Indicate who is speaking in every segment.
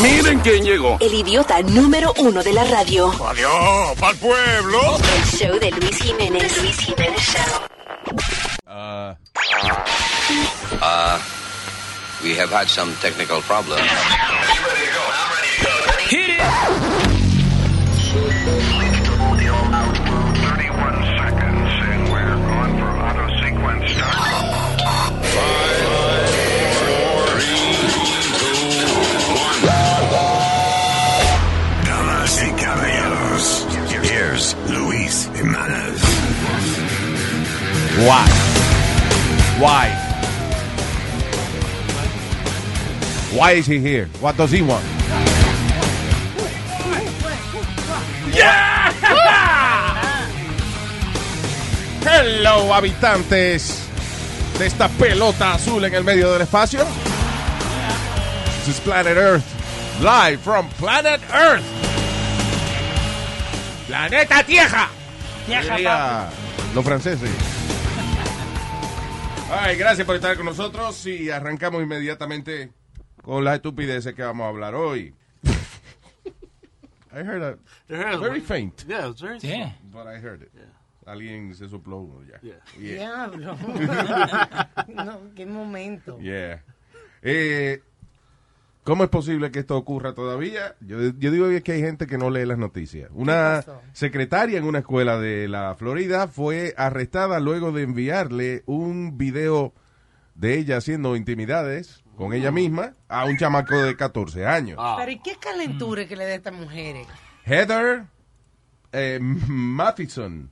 Speaker 1: Miren quién llegó.
Speaker 2: El idiota número uno de la radio.
Speaker 1: Adiós, pa'l pueblo.
Speaker 2: El show de Luis Jiménez. Luis Jiménez Show.
Speaker 3: Uh,
Speaker 4: Uh, we have had some technical problems.
Speaker 5: Damas y caballeros, here's Luis Jimenez.
Speaker 3: why? Why? Why is he here? What does he want? Hello, habitantes de esta pelota azul en el medio del espacio. This is Planet Earth, live from Planet Earth. Planeta Tierra. Diría Los franceses. Ay, gracias por estar con nosotros y arrancamos inmediatamente con las estupideces que vamos a hablar hoy. I heard a very faint,
Speaker 6: Yeah, it was very.
Speaker 7: Yeah.
Speaker 3: but I heard it. Alguien se sopló uno ya.
Speaker 6: Yeah.
Speaker 3: Yeah.
Speaker 8: Diablo. no, qué momento.
Speaker 3: Yeah. Eh, ¿Cómo es posible que esto ocurra todavía? Yo, yo digo que hay gente que no lee las noticias. Una
Speaker 8: pasó?
Speaker 3: secretaria en una escuela de la Florida fue arrestada luego de enviarle un video de ella haciendo intimidades con ella misma a un chamaco de 14 años.
Speaker 8: Ah. Pero ¿y qué calentura que le da a estas mujeres?
Speaker 3: Heather eh, Matheson.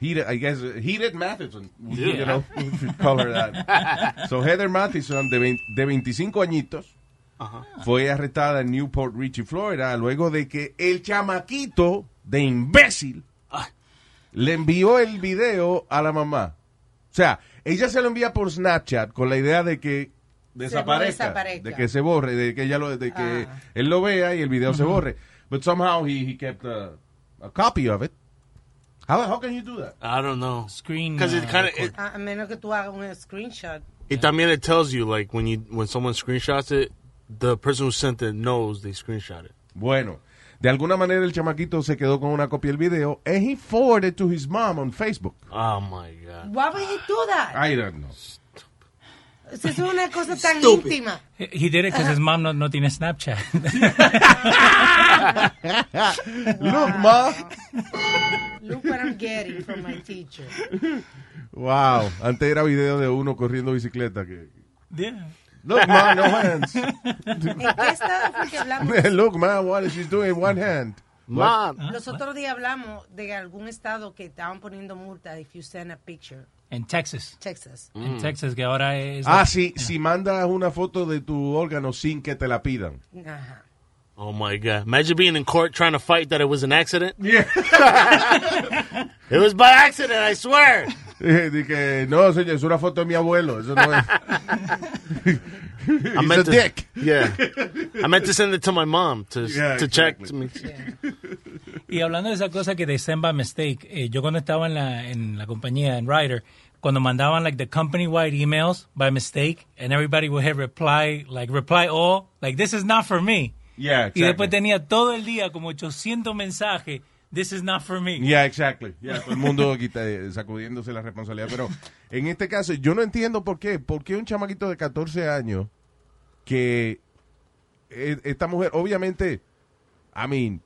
Speaker 3: Heated, I guess, uh, Heated Matheson. You know, we should call her that. so Heather Matheson, de, vein- de 25 añitos, fue arrestada en Newport Richie, Florida, luego de que el chamaquito de imbécil le envió el video a la mamá. O sea, ella se lo envía por Snapchat con la idea de que desaparezca,
Speaker 8: desaparezca.
Speaker 3: de que se borre, de que ella lo, de que
Speaker 8: Ah.
Speaker 3: él lo vea y el video se borre. But somehow he, he kept a, a copy of it. How, how can you do that?
Speaker 6: I don't know.
Speaker 7: Screen.
Speaker 6: Because it
Speaker 7: uh,
Speaker 6: kind
Speaker 3: pues,
Speaker 6: of.
Speaker 8: A, a menos que tú hagas un screenshot.
Speaker 6: It, I mean, it tells you like when you when someone screenshots it, the person who sent it knows they screenshot it.
Speaker 3: Bueno, de alguna manera el chamaquito se quedó con una copia del video and he forwarded to his mom on Facebook.
Speaker 6: Oh my god!
Speaker 8: Why would he do that?
Speaker 3: I don't know.
Speaker 8: Eso es una cosa tan íntima.
Speaker 7: He did it because his mom no, no tiene Snapchat.
Speaker 3: Look, ma.
Speaker 8: Look what I'm getting from my teacher.
Speaker 3: Wow, antes era video de uno corriendo bicicleta que
Speaker 7: yeah.
Speaker 3: Look, ma, no hands.
Speaker 8: ¿En qué estado fue que hablamos? Ah,
Speaker 3: Look, Ah, ma, what is she doing? One hand.
Speaker 6: Mom,
Speaker 8: Los otros días hablamos de algún estado que estaban poniendo multa if you send a picture.
Speaker 7: En Texas.
Speaker 8: Texas.
Speaker 3: Mm.
Speaker 7: En Texas, que ahora es.
Speaker 3: Ah, sí, si mandas una foto de tu órgano sin que te la pidan.
Speaker 8: Ajá.
Speaker 6: oh my god! Imagine being in court trying to fight that it was an accident.
Speaker 3: Yeah.
Speaker 6: It was by accident, I swear.
Speaker 3: Eh, di que, no, señor, es una foto de mi abuelo. Eso no es. He's a
Speaker 6: to,
Speaker 3: dick.
Speaker 6: Yeah, I meant to send it to my mom to
Speaker 3: Yeah,
Speaker 6: to
Speaker 3: exactly.
Speaker 6: check. To make,
Speaker 7: Y hablando de esa cosa que de send by mistake, eh, yo cuando estaba en la, en la compañía, en Ryder, cuando mandaban like the company-wide emails by mistake, and everybody would hit reply, like reply all, like this is not for me.
Speaker 3: Yeah, exactly.
Speaker 7: Y después tenía todo el día como 800 mensajes, this is not for me.
Speaker 3: Yeah, exactly. Yeah, todo el mundo quita- eh, sacudiéndose la responsabilidad. Pero en este caso, yo no entiendo por qué. ¿Por qué un chamaquito de 14 años que eh, esta mujer, obviamente, I mean,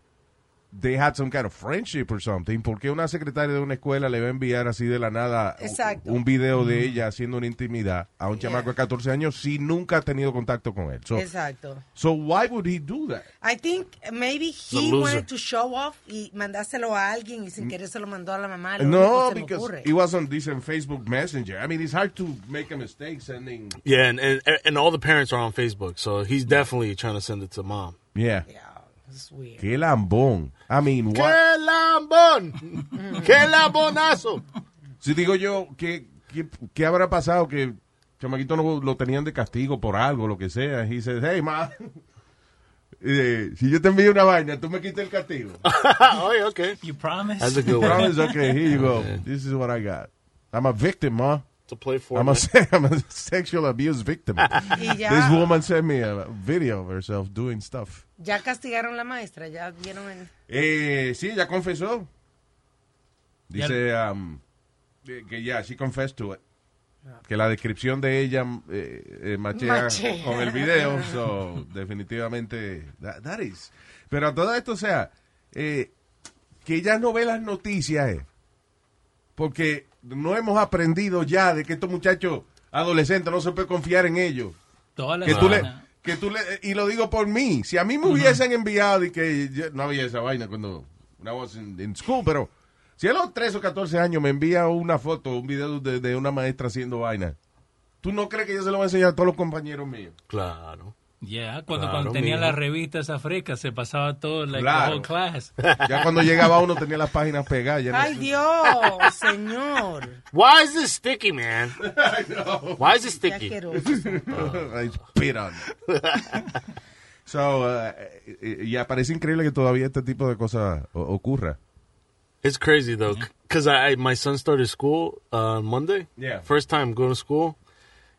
Speaker 3: they had some kind of friendship or something. ¿Por qué una secretaria de una escuela le va a enviar así de la nada u-
Speaker 8: Exacto. Mm.
Speaker 3: un video de ella haciendo una intimidad a un chamaco de 14 años si nunca ha tenido contacto con él? So,
Speaker 8: Exacto.
Speaker 3: so why would he do that?
Speaker 8: I think maybe
Speaker 6: a
Speaker 8: he
Speaker 6: loser.
Speaker 8: wanted to show off y mandárselo a alguien y sin querer se lo mandó a la mamá. Ah, Lo
Speaker 3: Mm. No,
Speaker 8: único que se me
Speaker 3: because
Speaker 8: ocurre.
Speaker 3: it was on this and Facebook Messenger. I mean, it's hard to make a mistake sending.
Speaker 6: yeah, and, and and all the parents are on Facebook, so he's definitely trying to send it to mom.
Speaker 3: Yeah.
Speaker 8: Yeah, it's weird.
Speaker 3: Qué lambón. I mean, what?
Speaker 6: Que lambón! Que lambonazo!
Speaker 3: Si digo yo, ¿qué, qué, qué habrá pasado? Que chamaquito no, lo tenían de castigo por algo, lo que sea. Y dice, hey, ma. eh, si yo te envío una vaina, tú me quitas el castigo.
Speaker 6: oh, yeah, okay.
Speaker 7: You promise?
Speaker 6: That's a good one.
Speaker 3: Promise, okay, here you go. This is what I got. I'm a victim, ma.
Speaker 6: to play for.
Speaker 3: I'm a, se- I'm a sexual abuse victim.
Speaker 8: Y ya-
Speaker 3: This woman sent me a video of herself doing stuff.
Speaker 8: Ya castigaron la maestra, ya vieron el...
Speaker 3: Eh, sí, ya confesó. Dice um, eh, que ya, she confessed to it. Que la descripción de ella eh, eh, machea,
Speaker 8: Machea.
Speaker 3: con el video. So, definitivamente, that, that is. Pero todo esto, o sea, eh, que ya no ve las noticias, eh. porque no hemos aprendido ya de que estos muchachos adolescentes no se puede confiar en ellos.
Speaker 7: Toda la
Speaker 3: Que tú le,
Speaker 7: semana.
Speaker 3: que tú le, y lo digo por mí, si a mí me hubiesen enviado y que yo- no había esa vaina cuando una was in, in school, pero si a los 13 o 14 años me envía una foto, un video de, de una maestra haciendo vaina, ¿tú no crees que yo se lo voy a enseñar a todos los compañeros míos?
Speaker 6: Claro.
Speaker 7: Yeah, cuando,
Speaker 6: Claro,
Speaker 7: cuando tenía
Speaker 6: mijo.
Speaker 7: la revista esa fresca, se pasaba todo, like,
Speaker 3: Claro.
Speaker 7: the whole class.
Speaker 3: Ya cuando llegaba uno tenía las páginas pegadas. ya no
Speaker 8: ¡Ay,
Speaker 3: sé.
Speaker 8: Dios! Señor.
Speaker 6: Why is this sticky, man? Why is
Speaker 8: Qué
Speaker 6: it sticky?
Speaker 8: asqueroso.
Speaker 3: I spit on it. So, uh, y aparece increíble que todavía este tipo de cosas o- ocurra.
Speaker 6: It's crazy though,
Speaker 7: Mm-hmm.
Speaker 6: because I, I my son started school uh, on Monday.
Speaker 3: Yeah.
Speaker 6: First time going to school.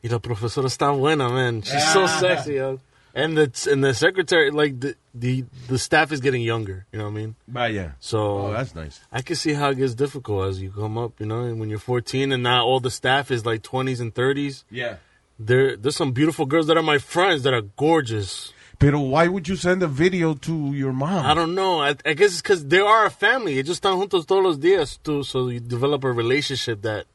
Speaker 6: Y la profesora está buena, man. She's so
Speaker 3: Ah.
Speaker 6: sexy, yo. And the and the secretary, like the, the the staff is getting younger. You know what I mean?
Speaker 3: Vaya.
Speaker 6: So
Speaker 3: Oh, that's nice.
Speaker 6: I can see how it gets difficult as you come up. You know, and when you're 14 and now all the staff is like 20s and 30s.
Speaker 3: Yeah.
Speaker 6: There there's some beautiful girls that are my friends that are gorgeous.
Speaker 3: Pero why would you send a video to your mom?
Speaker 6: I don't know. I, I guess it's because they are a family. Ellos están juntos todos los días, too. So you develop a relationship that.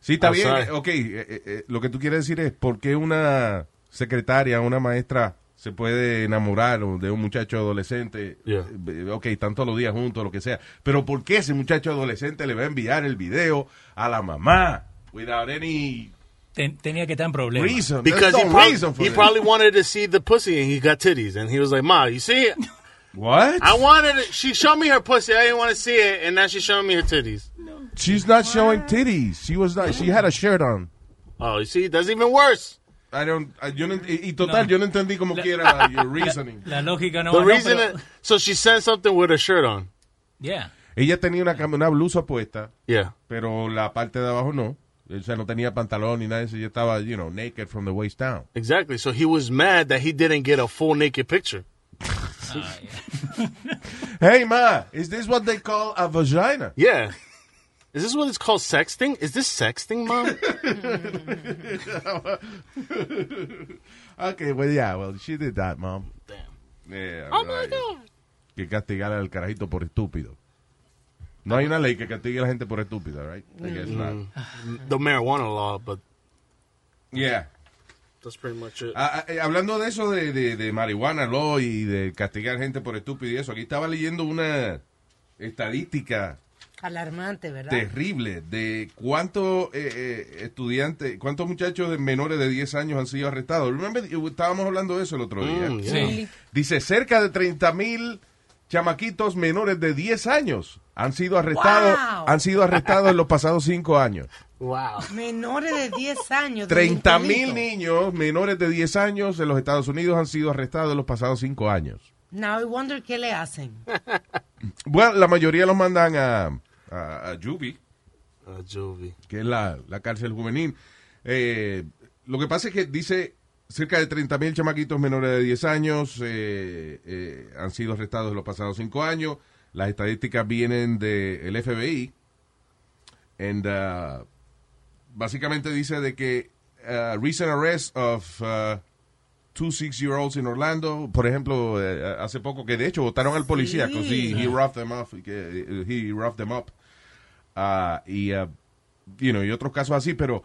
Speaker 3: Sí, está
Speaker 6: I'm
Speaker 3: bien.
Speaker 6: sorry.
Speaker 3: eh, Ok, eh, eh, eh, lo que tú quieres decir es por qué una secretaria, una maestra se puede enamorar o de un muchacho adolescente.
Speaker 6: Yeah.
Speaker 3: Eh, Ok, están todos los días juntos, lo que sea. Pero ¿por qué ese muchacho adolescente le va a enviar el video a la mamá? Without any
Speaker 7: Ten- tenía que estar en problemas.
Speaker 3: reason.
Speaker 6: Because
Speaker 3: There's
Speaker 6: he,
Speaker 3: no
Speaker 6: prob-
Speaker 3: reason for
Speaker 6: he
Speaker 3: that.
Speaker 6: probably wanted to see the pussy and he got titties. And he was like, Ma, you see? it?
Speaker 3: What?
Speaker 6: I wanted it. She showed me her pussy. I didn't want to see it. And now she's showing me her titties.
Speaker 3: She's not showing titties. She was not. She had a shirt on.
Speaker 6: Oh, you see? That's even worse.
Speaker 3: I don't. I- yo no ent- y y total,
Speaker 7: No.
Speaker 3: yo no entendí como quiera your reasoning.
Speaker 7: La lógica no
Speaker 6: The
Speaker 7: va, no,
Speaker 6: reason.
Speaker 7: pero-
Speaker 6: it- so she sent something with her shirt on.
Speaker 7: yeah.
Speaker 3: Ella tenía una, cam- una blusa puesta.
Speaker 6: Yeah.
Speaker 3: pero la parte de abajo no. O sea, no tenía pantalón ni nada de eso. Yo estaba, you know, naked from the waist down.
Speaker 6: Exactly. So he was mad that he didn't get a full naked picture.
Speaker 3: Hey, ma, is this what they call a vagina?
Speaker 6: Yeah. Is this what it's called sexting? Is this sexting, Mom?
Speaker 3: Okay, well, yeah, well, she did that, mom. Damn. Yeah, oh, my God. Que castigar al carajito por estúpido. No hay una ley que castigue a la gente por estúpida, right? I guess not.
Speaker 6: Mm. the marijuana law, but
Speaker 3: Yeah.
Speaker 6: that's pretty much it.
Speaker 3: Ah, ah, eh, hablando de eso de, de, de marihuana, lo y de castigar gente por estúpido y eso, aquí estaba leyendo una estadística
Speaker 8: Alarmante, ¿verdad?
Speaker 3: terrible de cuántos eh, eh, estudiantes, cuántos muchachos de menores de 10 años han sido arrestados. Remember, estábamos hablando de eso el otro día.
Speaker 6: Mm, yeah.
Speaker 7: Sí.
Speaker 3: Dice, cerca de 30 mil chamaquitos menores de 10 años han sido arrestados,
Speaker 8: Wow.
Speaker 3: han sido arrestados en los pasados 5 años.
Speaker 6: Wow.
Speaker 8: Menores de 10 años.
Speaker 3: 30 mil
Speaker 8: delincuentos.
Speaker 3: niños menores de 10 años en los Estados Unidos han sido arrestados en los pasados 5 años.
Speaker 8: Now I wonder qué le hacen.
Speaker 3: Bueno, la mayoría los mandan a, a, a Juvie.
Speaker 6: Uh, Jovi.
Speaker 3: que es la, la cárcel juvenil. Eh, lo que pasa es que dice cerca de 30 mil chamaquitos menores de 10 años eh, eh, han sido arrestados en los pasados 5 años. Las estadísticas vienen del FBI. And, uh, básicamente dice de que uh, recent arrest of uh, two six-year-olds in Orlando, por ejemplo, eh, hace poco que de hecho votaron al policía,
Speaker 8: Sí.
Speaker 3: 'cause he, he roughed them up, que, eh, he roughed them up. Ah, y, ah, you know, y otros casos así, pero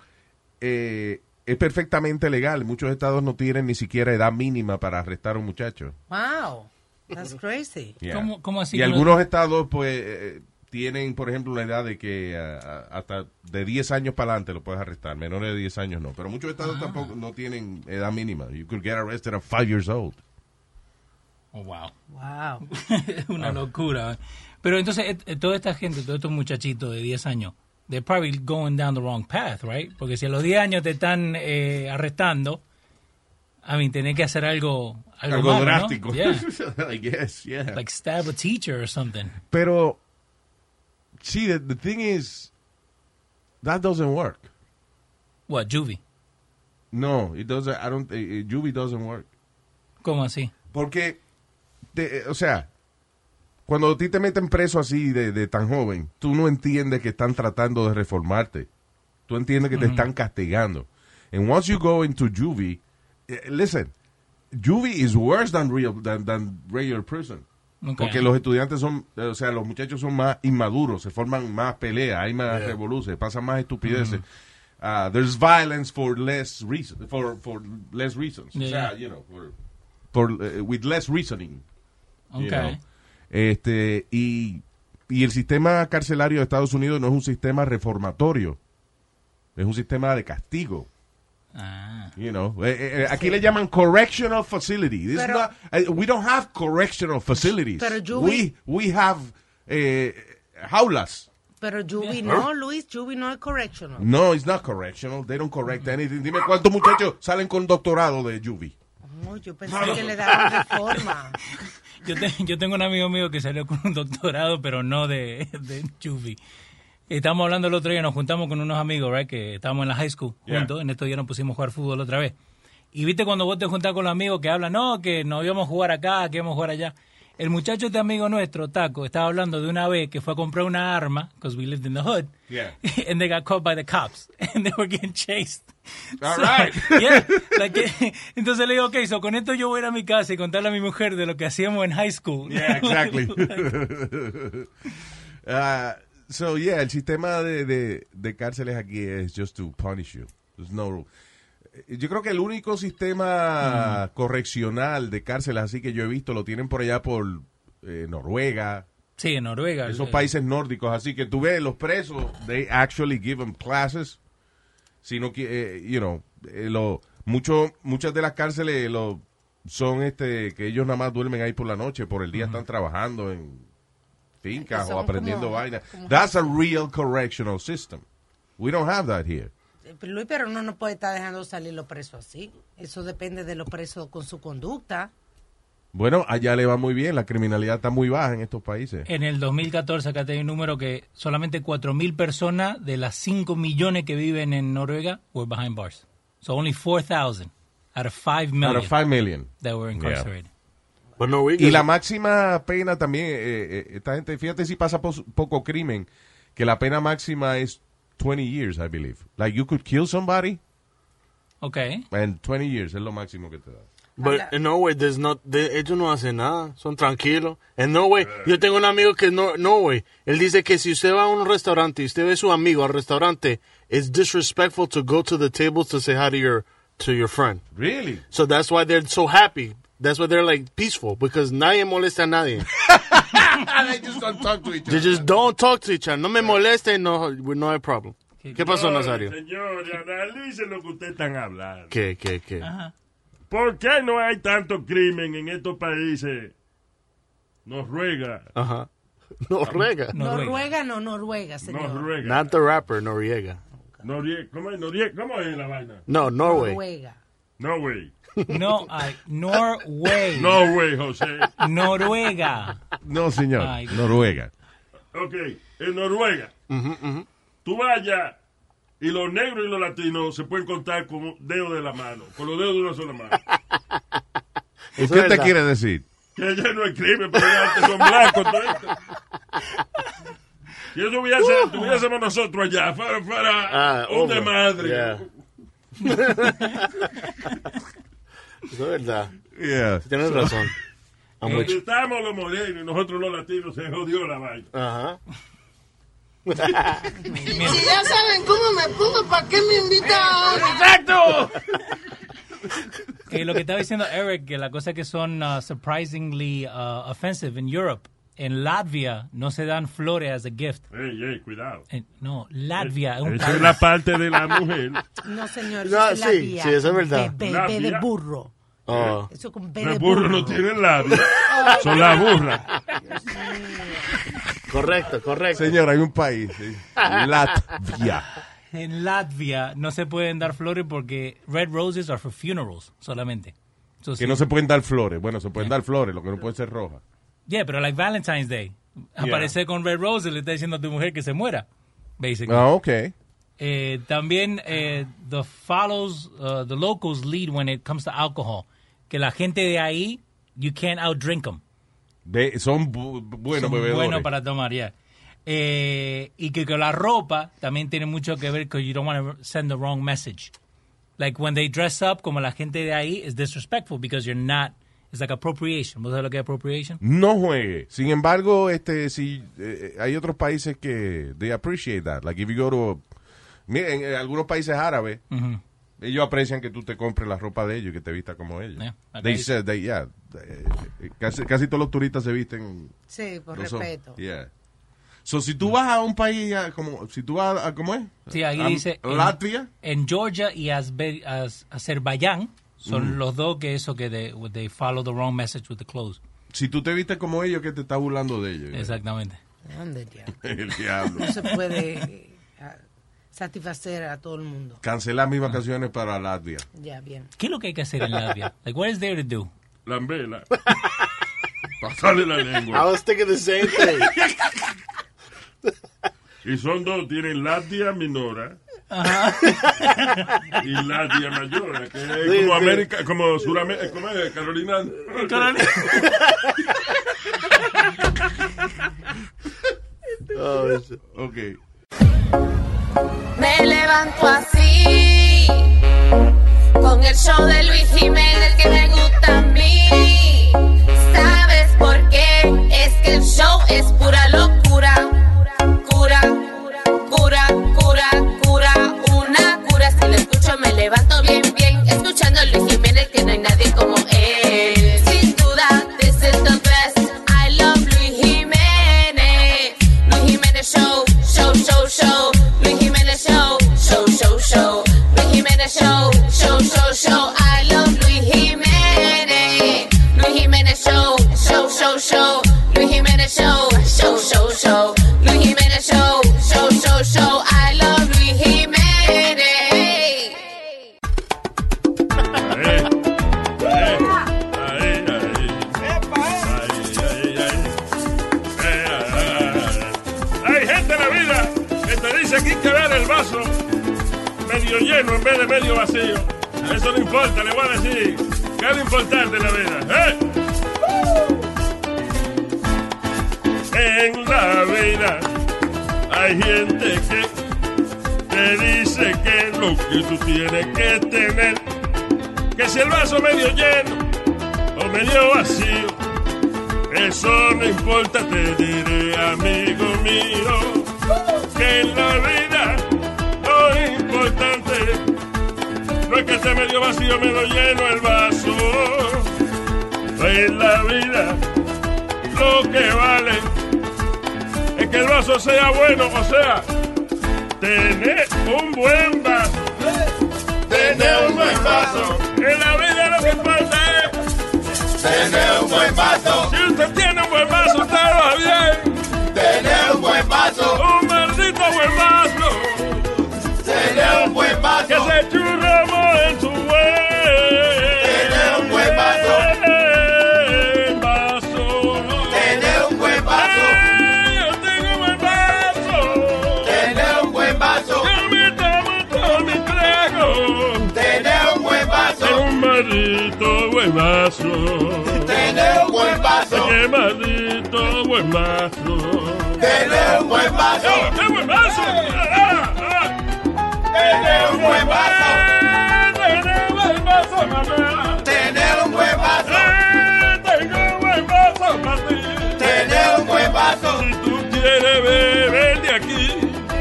Speaker 3: eh, es perfectamente legal. Muchos estados no tienen ni siquiera edad mínima para arrestar a un muchacho.
Speaker 8: Wow. That's crazy.
Speaker 3: Yeah.
Speaker 7: ¿Cómo- cómo así
Speaker 3: Y
Speaker 7: que no-
Speaker 3: algunos estados, pues, eh, tienen, por ejemplo, la edad de que ah, ah, hasta de 10 años para adelante lo puedes arrestar. Menores de 10 años no. Pero muchos estados
Speaker 7: Ah.
Speaker 3: tampoco no tienen edad mínima. You could get arrested at 5 years old.
Speaker 7: Oh, wow.
Speaker 8: Wow.
Speaker 3: Ah.
Speaker 7: Una locura. Pero entonces, eh, eh, toda esta gente, todos estos muchachitos de 10 años, they're probably going down the wrong path, right? Porque si a los 10 años te están eh, arrestando, I mean, tenés que hacer algo... Algo,
Speaker 3: Algo
Speaker 7: malo, ¿no?
Speaker 3: drástico.
Speaker 7: Yeah.
Speaker 3: I guess, yeah.
Speaker 7: Like stab a teacher or something.
Speaker 3: Pero, sí, the, the thing is, that doesn't work.
Speaker 7: What, juvie?
Speaker 3: No, it doesn't, I don't, eh, eh, juvie doesn't work.
Speaker 7: ¿Cómo así?
Speaker 3: Porque, te- eh, o sea, cuando a ti te meten preso así de, de tan joven, tú no entiendes que están tratando de reformarte. Tú entiendes que te están castigando. And once you go into juvie, eh, listen, juvie is worse than real, than, than regular prison.
Speaker 7: Ok.
Speaker 3: Porque los estudiantes son, eh, o sea, los muchachos son más inmaduros, se forman más peleas, hay más revoluciones, pasan más estupideces. Ah, there's violence for less reason, for, for less reasons. O
Speaker 7: Yeah.
Speaker 3: sea, you know, for, por- eh, with less reasoning. you
Speaker 7: Ok.
Speaker 3: know. Este, y, y el sistema carcelario de Estados Unidos no es un sistema reformatorio, es un sistema de castigo.
Speaker 7: Ah.
Speaker 3: You know, Eh, eh, eh, aquí le llaman correctional facility. This is
Speaker 8: Pero-
Speaker 3: not- eh, we don't have correctional facilities.
Speaker 8: Pero yo
Speaker 3: we,
Speaker 8: vi-
Speaker 3: we have eh, jaulas.
Speaker 8: Pero Juby no, Luis, Juby no es correctional.
Speaker 3: No, it's not correctional. They don't correct anything. Dime cuántos muchachos salen con doctorado de Juvie.
Speaker 8: Oh, yo pensé que le daban reforma.
Speaker 7: Yo, te- yo tengo un amigo mío que salió con un doctorado, pero no de, de juvie. Estábamos hablando el otro día, nos juntamos con unos amigos, right, que estábamos en la high school
Speaker 3: Yeah.
Speaker 7: juntos, en estos días nos pusimos a jugar fútbol otra vez. Y viste cuando vos te juntás con los amigos que hablan, no, que no íbamos a jugar acá, que íbamos a jugar allá. El muchacho este amigo nuestro, Taco, estaba hablando de una vez que fue a comprar una arma, because we lived in the hood,
Speaker 3: Yeah.
Speaker 7: and they got caught by the cops, and they were getting chased.
Speaker 3: All right.
Speaker 7: yeah, like, eh, entonces le digo, ok, so con esto yo voy a ir a mi casa y contarle a mi mujer de lo que hacíamos en high school.
Speaker 3: Yeah, exactly. uh, so, yeah, el sistema de, de, de cárceles aquí es just to punish you. There's no... Eh, Yo creo que el único sistema correccional de cárceles así que yo he visto lo tienen por allá por eh, Noruega,
Speaker 7: Sí, en Noruega.
Speaker 3: esos
Speaker 7: Eh,
Speaker 3: países nórdicos. Así que tú ves, los presos, they actually give them classes. Sino que, eh, you know, eh, lo- mucho- muchas de las cárceles lo, son este que ellos nada más duermen ahí por la noche, por el día están trabajando en fincas
Speaker 8: Que
Speaker 3: o
Speaker 8: son
Speaker 3: aprendiendo
Speaker 8: como-
Speaker 3: vainas.
Speaker 8: como-
Speaker 3: That's a real correctional system. We don't have that here.
Speaker 8: Pero, Luis, pero uno no puede estar dejando salir los presos así. Eso depende de los presos con su conducta.
Speaker 3: Bueno, allá le va muy bien, la criminalidad está muy baja en estos países.
Speaker 7: En el 2014, acá tengo un número que solamente 4.000 personas de las 5 millones que viven en Noruega were behind bars. So only 4,000 out of 5 million
Speaker 3: Out of five million.
Speaker 7: that were incarcerated.
Speaker 6: But Norwegian.
Speaker 3: Y la máxima pena también, eh, eh, esta gente, fíjate si pasa pos- poco crimen, que la pena máxima es 20 years, I believe. Like you could kill somebody
Speaker 7: Okay.
Speaker 3: and 20 years es lo máximo que te da.
Speaker 6: But in Norway, there's not, de, ellos no hacen nada, son tranquilos. En Norway, yo tengo un amigo que es no, Norway, él dice que si usted va a un restaurante y usted ve a su amigo al restaurante, it's disrespectful to go to the table to say hi to your, to your friend.
Speaker 3: Really?
Speaker 6: So that's why they're so happy. That's why they're like peaceful because nadie molesta a nadie.
Speaker 3: they just don't talk to each
Speaker 6: They just don't talk to each other. No me molesten, no, no hay problem. ¿Qué pasó, Nazario?
Speaker 9: Señores, analice lo que ustedes están hablando.
Speaker 6: ¿Qué, qué, qué?
Speaker 9: ¿Por qué no hay tanto crimen en estos países? Nos ruega,
Speaker 6: Ajá. Noriega.
Speaker 7: Noruega.
Speaker 8: Noruega no, Noruega, señor.
Speaker 9: nos ruega.
Speaker 6: Not the rapper, Noriega.
Speaker 9: Norie- ¿Cómo es? Norie- ¿Cómo es la vaina?
Speaker 6: No, Norway.
Speaker 8: Noruega.
Speaker 9: No way.
Speaker 7: No, hay Norway.
Speaker 9: No way, José.
Speaker 7: Noruega.
Speaker 3: No, señor.
Speaker 7: Ay.
Speaker 3: Noruega.
Speaker 9: Ok, en Noruega. Tú vayas y los negros y los latinos se pueden contar con un dedo de la mano, con los dedos de una sola mano.
Speaker 3: ¿Y
Speaker 6: Eso
Speaker 3: qué
Speaker 6: es
Speaker 3: te
Speaker 6: la-
Speaker 3: quiere decir?
Speaker 9: Que ya no escribe, pero ya antes son blancos. todo esto. Si eso
Speaker 8: Uh.
Speaker 9: hubiese, tuviésemos nosotros allá, fuera, fuera
Speaker 6: Ah,
Speaker 9: un
Speaker 6: hombre.
Speaker 9: desmadre.
Speaker 6: Yeah. Eso es verdad.
Speaker 3: Yeah.
Speaker 6: Tienes razón. I'm with
Speaker 9: Donde
Speaker 6: you.
Speaker 9: estamos los morenos y nosotros los latinos se jodió la vaina.
Speaker 6: Ajá.
Speaker 10: Si ya saben cómo me pongo, ¿para qué me invitan?
Speaker 7: Eh, lo que estaba diciendo Eric, que la cosa que son uh, surprisingly uh, offensive in Europe. En Latvia no se dan flores as a gift.
Speaker 9: Ey, ey, cuidado.
Speaker 7: Eh, no, Latvia es un
Speaker 9: Esa es
Speaker 7: país.
Speaker 9: la parte de la mujer.
Speaker 8: No, señor.
Speaker 6: No,
Speaker 8: eso es
Speaker 6: sí,
Speaker 8: labia.
Speaker 6: sí, eso es verdad.
Speaker 8: Be- be-
Speaker 9: Labia.
Speaker 8: be de burro.
Speaker 6: Oh.
Speaker 8: Eso con B de
Speaker 9: Los burros no tienen labios. Son las burras.
Speaker 6: Correcto, correcto.
Speaker 3: Señor, hay un país. sí. Latvia.
Speaker 7: En Latvia no se pueden dar flores porque red roses are for funerals solamente. So, sí.
Speaker 3: Que no se pueden dar flores. Bueno, se pueden dar flores, lo que no puede ser roja.
Speaker 7: Yeah, pero like Valentine's Day. Aparece con red roses le está diciendo a tu mujer que se muera. Basically.
Speaker 3: Ah, ok.
Speaker 7: Eh, también eh, the follows uh, the locals lead when it comes to alcohol. Que la gente de ahí you can't outdrink them.
Speaker 3: Ve- son bu- buenos
Speaker 7: Son
Speaker 3: bebedores.
Speaker 7: buenos para tomar, ya. Eh, y que, que la ropa también tiene mucho que ver because you don't want to send the wrong message. Like when they dress up como la gente de ahí is disrespectful because you're not it's like appropriation. ¿Vos sabés lo que es appropriation?
Speaker 3: No juegue. Sin embargo, este, si eh, hay otros países que they appreciate that. Like if you go to, miren, en algunos países árabes,
Speaker 7: Ujú.
Speaker 3: ellos aprecian que tú te compres la ropa de ellos y que te vistas como ellos.
Speaker 7: Yeah, acá
Speaker 3: they
Speaker 7: dice.
Speaker 3: said, they, yeah, eh, eh, casi, casi todos los turistas se visten.
Speaker 8: Sí, por
Speaker 3: los hombres.
Speaker 8: respeto.
Speaker 3: Yeah. So si tú vas a un país a- como, si tú vas a, ¿cómo es?
Speaker 7: Sí, ahí
Speaker 3: A-
Speaker 7: dice en-
Speaker 3: Latvia.
Speaker 7: En, Georgia y Azbe- Az- Azerbaiyán son
Speaker 3: Mm.
Speaker 7: los dos que eso que they, they follow the wrong message with the clothes.
Speaker 3: Si tú te vistes como ellos, que te estás burlando de ellos.
Speaker 7: Exactamente.
Speaker 8: Ande, diablo.
Speaker 3: El diablo.
Speaker 8: No se puede eh, a- satisfacer a todo el mundo.
Speaker 3: Cancelar mis vacaciones para Latvia.
Speaker 8: Ya, bien.
Speaker 7: ¿Qué es lo que hay que hacer en Latvia? Like what is there to do?
Speaker 9: Lambela. Pasarle la
Speaker 6: I
Speaker 9: lengua.
Speaker 6: was thinking the same thing.
Speaker 9: Y son dos, tienen Latvia minora. y Latvia mayor, que es
Speaker 6: Sí,
Speaker 9: como
Speaker 6: sí.
Speaker 9: América, como Suramérica, como es Carolina.
Speaker 6: Oh, it's-
Speaker 3: Ok.
Speaker 10: Me levanto así, con el show de Luis Jiménez que me gusta a mí. ¿Sabes por qué? Es que el show es pura locura. Cura, cura, cura, cura, una cura. Si lo escucho me levanto bien, bien. Escuchando a Luis Jiménez que no hay nadie como él. Sin duda, this is the best. I love Luis Jiménez. Luis Jiménez Show, show, show, show. Luis Jiménez Show, show, show, show. Luis Jiménez Show, show, show, show. I love Luis Jiménez. Luis Jiménez Show, show, show, show. Luis Jiménez Show, show, show, show. Luis Jiménez Show, show, show, show. I love Luis Jiménez.
Speaker 9: Ahí, ahí, ahí, ahí. Ahí, ahí, ahí. Eh, Hay gente en la vida que te dice que hay que ver el vaso medio lleno en vez de medio vacío. Eso no importa, le voy a decir. ¿Qué es lo importante en la vida? ¿Eh? En la vida hay gente que te dice que lo que tú tienes que tener, que si el vaso medio lleno o medio vacío, eso no importa, te diré, amigo mío, que en la vida lo importante no es que esté medio vacío, medio lleno el vaso. pues En la vida lo que vale es que el vaso sea bueno, o sea, tener un buen vaso. Tener un buen vaso. En la vida lo que importa es
Speaker 5: Tener un buen vaso,
Speaker 9: si usted tiene un buen vaso, usted va bien.
Speaker 5: tener un buen vaso,
Speaker 9: Un maldito buen vaso.
Speaker 5: tener un buen
Speaker 9: Que
Speaker 5: vaso,
Speaker 9: se churramos en su buen.
Speaker 5: tener un buen vaso,
Speaker 9: vaso.
Speaker 5: tener un buen vaso,
Speaker 9: Ay, yo tengo buen vaso.
Speaker 5: tener un buen vaso,
Speaker 9: Yo me tomo todo mi trago.
Speaker 5: tener un buen
Speaker 9: Tengo
Speaker 5: vaso,
Speaker 9: un maldito buen vaso.
Speaker 5: tener un buen vaso,
Speaker 9: Qué maldito buen vaso.
Speaker 5: tener un buen vaso,
Speaker 9: Eh, ¡Qué buen vaso! ¡Ah, ah,
Speaker 5: tener un buen vaso,
Speaker 9: ah! ¡Tengo buen vaso, mamá!
Speaker 5: tener un buen vaso,
Speaker 9: ¡Ah, ¡Tengo buen vaso para ti!
Speaker 5: tener un buen vaso,
Speaker 9: Si tú quieres beber de aquí,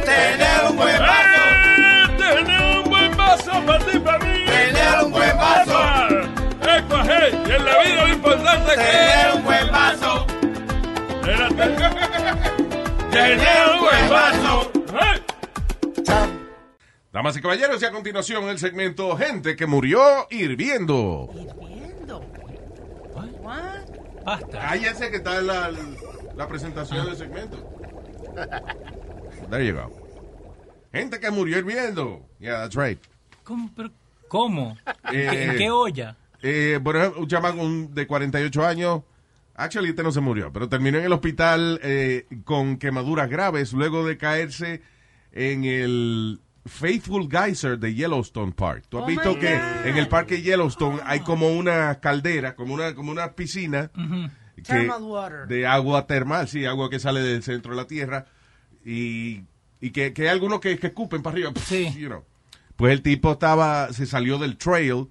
Speaker 5: tener un buen vaso,
Speaker 9: ¡ah, ¡Tengo un buen vaso para ti, para mí!
Speaker 5: tener un buen vaso,
Speaker 9: ¡Epa! ¡Epa, hey! Y en la vida lo importante
Speaker 5: tener
Speaker 9: que
Speaker 5: un buen vaso,
Speaker 9: es... Espérate. ¡Tener un buen vaso! ¡Hey!
Speaker 3: Damas y caballeros, y a continuación el segmento Gente que murió hirviendo.
Speaker 8: Viendo. What?
Speaker 7: Basta.
Speaker 3: Cállense que está la, la presentación del segmento. There you go. Gente que murió hirviendo. Yeah, that's right.
Speaker 7: ¿Cómo? pero cómo? ¿En qué-
Speaker 3: Eh.
Speaker 7: ¿En qué olla?
Speaker 3: Eh, por ejemplo, un chamaco un- de 48 años. Actually, este no se murió, pero terminó en el hospital eh, con quemaduras graves luego de caerse en el Faithful Geyser de Yellowstone Park. Tú has
Speaker 11: Oh
Speaker 3: visto
Speaker 11: my
Speaker 3: que
Speaker 11: God.
Speaker 3: en el parque Yellowstone hay como una caldera, como una, como una piscina que-
Speaker 8: Thermal water.
Speaker 3: de agua termal, sí, agua que sale del centro de la tierra y, y que, que hay algunos que, que escupen para arriba. you know. Pues el tipo estaba, se salió del trail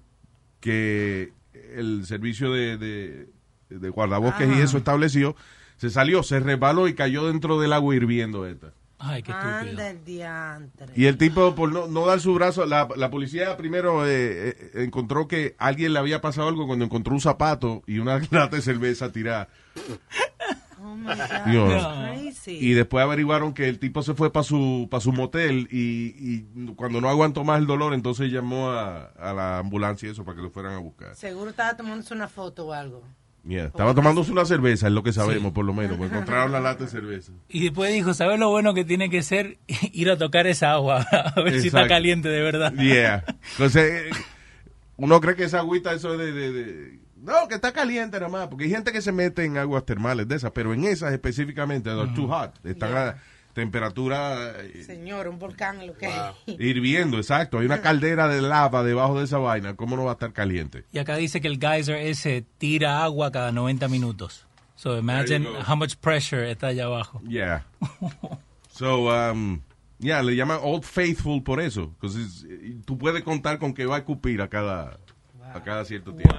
Speaker 3: que el servicio de, de, de guardabosques y
Speaker 7: Ah.
Speaker 3: eso estableció. Se salió, se resbaló y cayó dentro del agua hirviendo esta.
Speaker 7: Ay, qué estúpido.
Speaker 8: Anda el diantre.
Speaker 3: Y el tipo, por no, no dar su brazo, la, la policía primero eh, eh, encontró que alguien le había pasado algo cuando encontró un zapato y una lata de cerveza tirada.
Speaker 8: Oh my
Speaker 5: Ah,
Speaker 8: God.
Speaker 3: Dios.
Speaker 8: Crazy.
Speaker 3: Y después averiguaron que el tipo se fue para su, pa' su motel y, y cuando no aguantó más el dolor, entonces llamó a, a la ambulancia y eso para que lo fueran a buscar.
Speaker 8: Seguro estaba tomándose una foto o algo.
Speaker 3: Yeah, Estaba tomándose una cerveza, es lo que sabemos por lo menos, porque encontraron la lata de cerveza.
Speaker 7: Y después dijo, ¿sabes lo bueno que tiene que ser ir a tocar esa agua? A ver si está
Speaker 3: Exacto.
Speaker 7: caliente de verdad.
Speaker 3: Yeah. Entonces, eh, uno cree que esa agüita, eso es de, de- de- No, que está caliente nada más, porque hay gente que se mete en aguas termales de esas, pero en esas específicamente, they're too hot, están a temperatura eh,
Speaker 8: Señor, un volcán, lo que es.
Speaker 3: hirviendo, exacto. Hay una caldera de lava debajo de esa vaina, ¿cómo no va a estar caliente?
Speaker 7: Y acá dice que el geyser ese tira agua cada 90 minutos. So imagine
Speaker 3: There you go.
Speaker 7: how much pressure está allá abajo.
Speaker 3: Yeah. So, um, yeah, le llaman Old Faithful por eso. 'cause it's- eh, tú puedes contar con que va a escupir a cada, a cada cierto tiempo.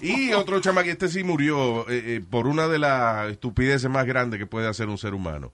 Speaker 3: Y otro chamaquito, este sí murió eh, eh, por una de las estupideces más grandes que puede hacer un ser humano.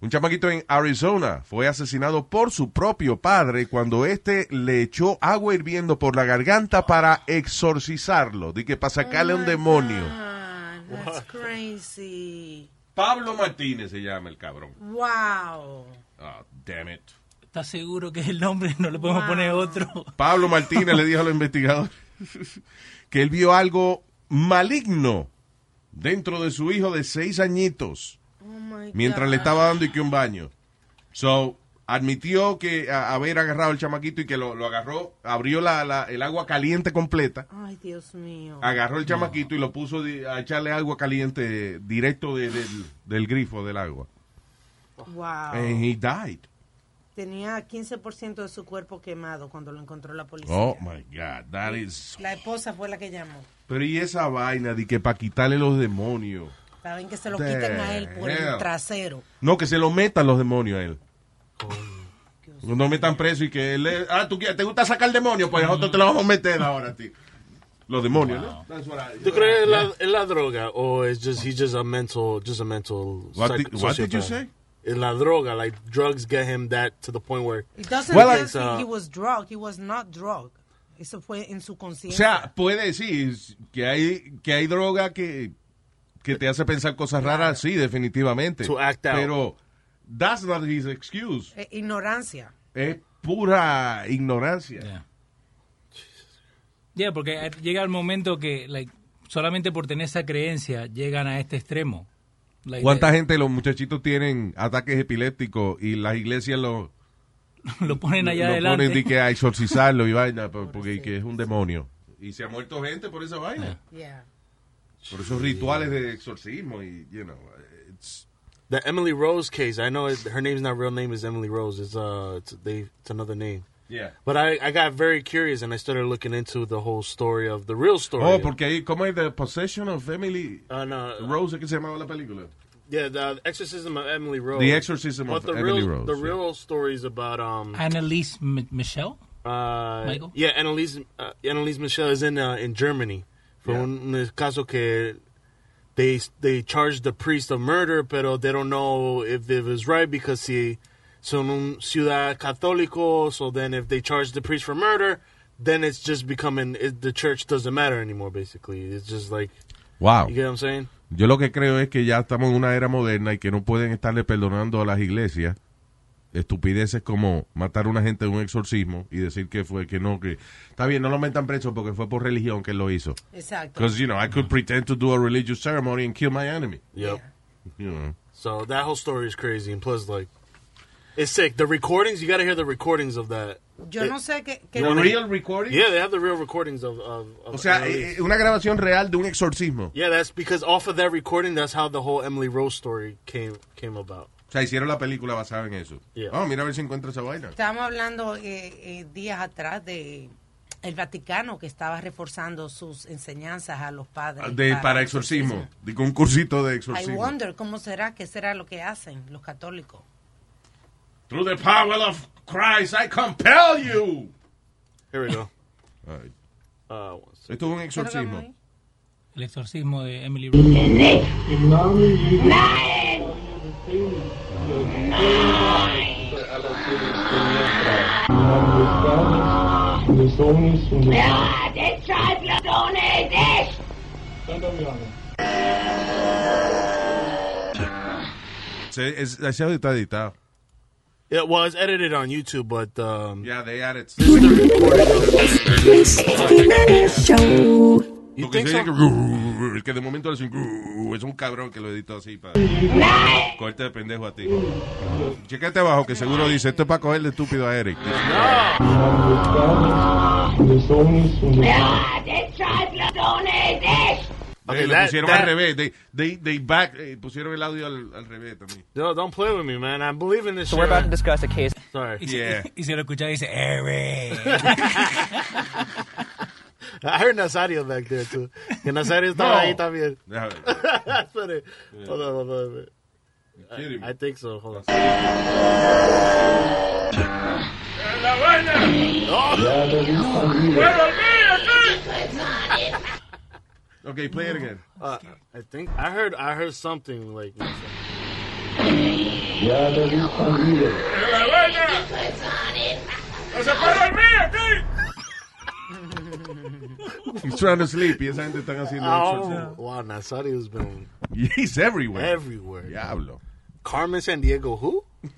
Speaker 3: Un chamaquito en Arizona fue asesinado por su propio padre cuando este le echó agua hirviendo por la garganta para exorcizarlo, de que para sacarle un demonio.
Speaker 8: Ah, that's crazy.
Speaker 3: Pablo Martínez se llama el cabrón.
Speaker 8: Wow.
Speaker 3: Ah, damn it.
Speaker 7: ¿Estás seguro que es el nombre? No le podemos poner otro.
Speaker 3: Pablo Martínez le dijo a los investigadores que él vio algo maligno dentro de su hijo de seis añitos
Speaker 8: Oh
Speaker 3: mientras le estaba dando y que un baño. So, admitió que a- haber agarrado al chamaquito y que lo, lo agarró, abrió la- la- el agua caliente completa,
Speaker 8: Ay, Dios mío.
Speaker 3: agarró el chamaquito y lo puso di- a echarle agua caliente directo de- del, del grifo del agua.
Speaker 8: Wow.
Speaker 3: And he died.
Speaker 8: Tenía 15% de su cuerpo quemado cuando lo encontró la policía.
Speaker 3: Oh my God, that is.
Speaker 8: La esposa fue la que llamó.
Speaker 3: Pero y esa vaina de que para quitarle los demonios.
Speaker 8: Saben que se lo quiten a él por el
Speaker 3: Damn.
Speaker 8: trasero.
Speaker 3: No, que se lo metan los demonios a él. No lo metan preso y que él. es- Ah, ¿tú quieres- ¿te gusta sacar demonio? Pues nosotros te lo vamos a meter ahora a ti. Los demonios, ¿no?
Speaker 6: ¿Tú crees en la, en la droga o es just he's just a mental just a mental
Speaker 3: What
Speaker 6: psych-
Speaker 3: did- what did you
Speaker 6: sociopath?
Speaker 3: say?
Speaker 6: En la droga, like drugs get him that to the point where
Speaker 8: It doesn't
Speaker 6: Well,
Speaker 8: just
Speaker 6: it's,
Speaker 8: think
Speaker 6: uh,
Speaker 8: he was drug. He was not drug. Eso fue en su
Speaker 3: O
Speaker 8: conciencia.
Speaker 3: sea, puede decir que hay, que hay droga que, que te hace pensar cosas raras, sí, definitivamente.
Speaker 6: To act out.
Speaker 3: Pero that's not his excuse.
Speaker 8: Eh, ignorancia.
Speaker 3: Es pura ignorancia.
Speaker 7: Yeah, porque eh, llega el momento que like, solamente por tener esa creencia llegan a este extremo. Like,
Speaker 3: ¿Cuánta gente los muchachitos tienen ataques epilépticos y las iglesias los
Speaker 7: Lo ponen allá
Speaker 3: lo
Speaker 7: adelante.
Speaker 3: ponen de que a exorcizarlo y vaina por- porque que es un demonio? Y se ha muerto gente por esa vaina.
Speaker 7: Ah.
Speaker 8: Yeah.
Speaker 3: Por esos rituales de exorcismo y, you know, it's...
Speaker 6: the Emily Rose case. I know it, her name's not real name is Emily Rose. It's uh, it's, they, it's another name.
Speaker 3: Yeah.
Speaker 6: But I, I got very curious and I started looking into the whole story of the real story.
Speaker 3: Oh, porque ahí, ¿cómo es The Possession of Emily
Speaker 6: Uh, no, uh,
Speaker 3: Rose? que se llamaba la película?
Speaker 6: yeah, the Exorcism of Emily Rose.
Speaker 3: The Exorcism
Speaker 6: But
Speaker 3: of
Speaker 6: the
Speaker 3: Emily
Speaker 6: real,
Speaker 3: Rose,
Speaker 6: The
Speaker 3: yeah.
Speaker 6: real story is about um.
Speaker 7: Annalise M- Michelle.
Speaker 6: Uh,
Speaker 7: Michael?
Speaker 6: Yeah, Annalise, uh, Annalise Michelle is in uh, in Germany for un caso que they they charged the priest of murder, pero they don't know if it was right because si son un ciudad católico, so then if they charge the priest for murder, then it's just becoming it, the church doesn't matter anymore. Basically, it's just like
Speaker 3: Wow.
Speaker 6: you get what I'm saying?
Speaker 3: Yo lo que creo es que ya estamos en una era moderna y que no pueden estarle perdonando a las iglesias estupideces como matar a una gente de un exorcismo y decir que fue que no que está bien no lo metan preso porque fue por religión que lo hizo
Speaker 8: Exacto.
Speaker 3: because you know I could pretend to do a religious ceremony and kill my enemy
Speaker 6: Yep.
Speaker 3: you know
Speaker 6: So that whole story is crazy, and plus like. It's sick. The recordings, you got to hear the recordings of that.
Speaker 8: Yo
Speaker 3: eh,
Speaker 6: It-
Speaker 8: no sé qué. qué-
Speaker 6: The
Speaker 3: real recordings?
Speaker 6: Yeah, they have the real recordings of. of, of
Speaker 3: o sea
Speaker 6: Annalise.
Speaker 3: eh, eh, una grabación real de un exorcismo
Speaker 6: yeah, that's because off of that recording, that's how the whole Emily Rose story came came about.
Speaker 3: o sea, hicieron la película basada en eso. Oh, mira a ver si encuentro esa vaina.
Speaker 8: Estábamos hablando eh, eh, días atrás de el Vaticano que estaba reforzando sus enseñanzas a los padres.
Speaker 3: De, para exorcismo. Digo, un cursito de
Speaker 8: I
Speaker 3: exorcismo.
Speaker 8: wonder cómo será, qué será lo que hacen los católicos.
Speaker 3: Through the power of Christ, I compel you.
Speaker 6: Here we go. Ah,
Speaker 3: Esto es un exorcismo.
Speaker 7: El exorcismo de Emily
Speaker 3: Se, es, ese audio está editado.
Speaker 6: Yeah, well, it's edited on YouTube, but um,
Speaker 3: yeah, they added.
Speaker 6: You
Speaker 3: Porque
Speaker 6: think
Speaker 3: se oye
Speaker 6: so?
Speaker 3: que, que de momento le hace un gru- es un cabrón que lo editó así para corte de pendejo a ti. Chécate abajo que seguro dice esto es para cogerle estúpido a Eric. Eh, lo
Speaker 6: that-
Speaker 3: pusieron
Speaker 6: that-
Speaker 3: al revés. They, they, they back, eh, pusieron el audio al, al revés también.
Speaker 6: No, don't play with me, man. I believe in this.
Speaker 7: So
Speaker 6: shit,
Speaker 7: we're about to
Speaker 6: man.
Speaker 11: discuss a case.
Speaker 6: Sorry.
Speaker 7: Y si- Y si lo escucha dice, Eric.
Speaker 6: I heard Nazario back there too. Que Nazario
Speaker 7: No.
Speaker 6: estaba ahí también.
Speaker 3: Deja ver.
Speaker 6: Espere. Hold on, hold on, hold on. I, I think so. Hold on.
Speaker 5: ¡La vaina! ¡Pero
Speaker 3: Okay, play it again.
Speaker 6: Uh, I think I heard I heard something like.
Speaker 5: ¡La vaina! ¡No se puede dormir aquí!
Speaker 3: He's trying to sleep y esa gente están haciendo
Speaker 6: Oh, wow, Nazario's been
Speaker 3: exorcismo. He's everywhere.
Speaker 6: everywhere.
Speaker 3: Diablo.
Speaker 6: Carmen San Diego, who?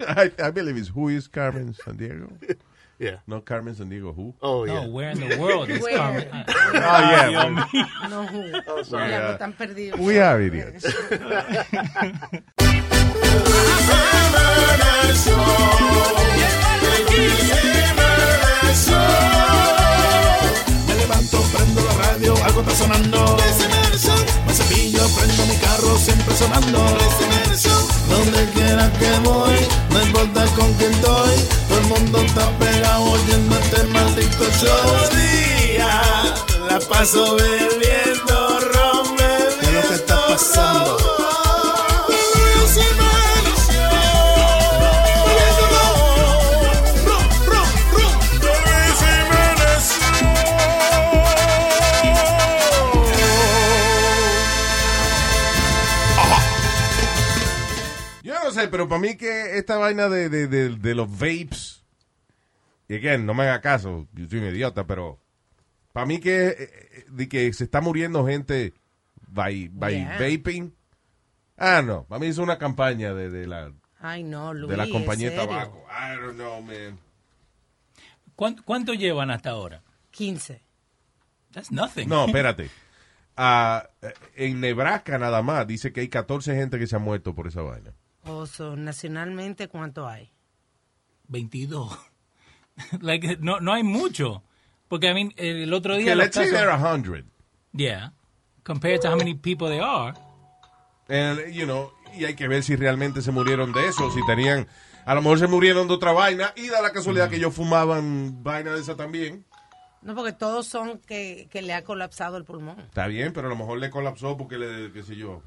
Speaker 3: I, I believe it's who is Carmen San Diego.
Speaker 6: Yeah.
Speaker 3: No Carmen San Diego, who?
Speaker 6: Oh,
Speaker 7: No, where in the world is
Speaker 8: Where?
Speaker 7: Carmen? Ah,
Speaker 3: Oh, yeah. Oh,
Speaker 7: Dios mío.
Speaker 8: No,
Speaker 6: Oh,
Speaker 3: sorry.
Speaker 8: ya no
Speaker 3: Yeah.
Speaker 8: están perdidos.
Speaker 3: We are idiots.
Speaker 5: Me levanto, prendo la radio, algo está sonando. Me cepillo, prendo mi carro, siempre sonando. este Donde quiera que voy, no importa con quién estoy. Todo el mundo está pegado oyendo este maldito show. día la paso bebiendo ron, ¿Qué es lo que está pasando?
Speaker 3: Yo no sé, pero para mí que esta vaina de, de, de, de los vapes, y again, no me haga caso, yo soy un idiota, pero para mí que, eh, eh, de que se está muriendo gente by, by
Speaker 8: Yeah.
Speaker 3: vaping, ah, no, para mí es una campaña de, de la,
Speaker 8: Ay, no, Luis.
Speaker 3: de la compañía
Speaker 8: ¿en
Speaker 3: de
Speaker 8: serio?
Speaker 3: tabaco. I don't know, man.
Speaker 7: ¿Cuán- ¿Cuánto llevan hasta ahora?
Speaker 8: 15.
Speaker 7: That's nothing.
Speaker 3: No, espérate. Ah, en Nebraska nada más dice que hay 14 gente que se ha muerto por esa vaina.
Speaker 8: Oso, nacionalmente, ¿cuánto hay?
Speaker 7: 22. like, no, no hay mucho. Porque, I mean, el otro día...
Speaker 3: Okay,
Speaker 7: los
Speaker 3: let's say
Speaker 7: casos-
Speaker 3: there are 100.
Speaker 7: Yeah. Compared to how many people there are.
Speaker 3: And, you know, y hay que ver si realmente se murieron de eso, si tenían, a lo mejor se murieron de otra vaina y da la casualidad que ellos fumaban vaina de esa también.
Speaker 8: No, porque todos son que, que le ha colapsado el pulmón.
Speaker 3: Está bien, pero a lo mejor le colapsó porque le, qué sé yo,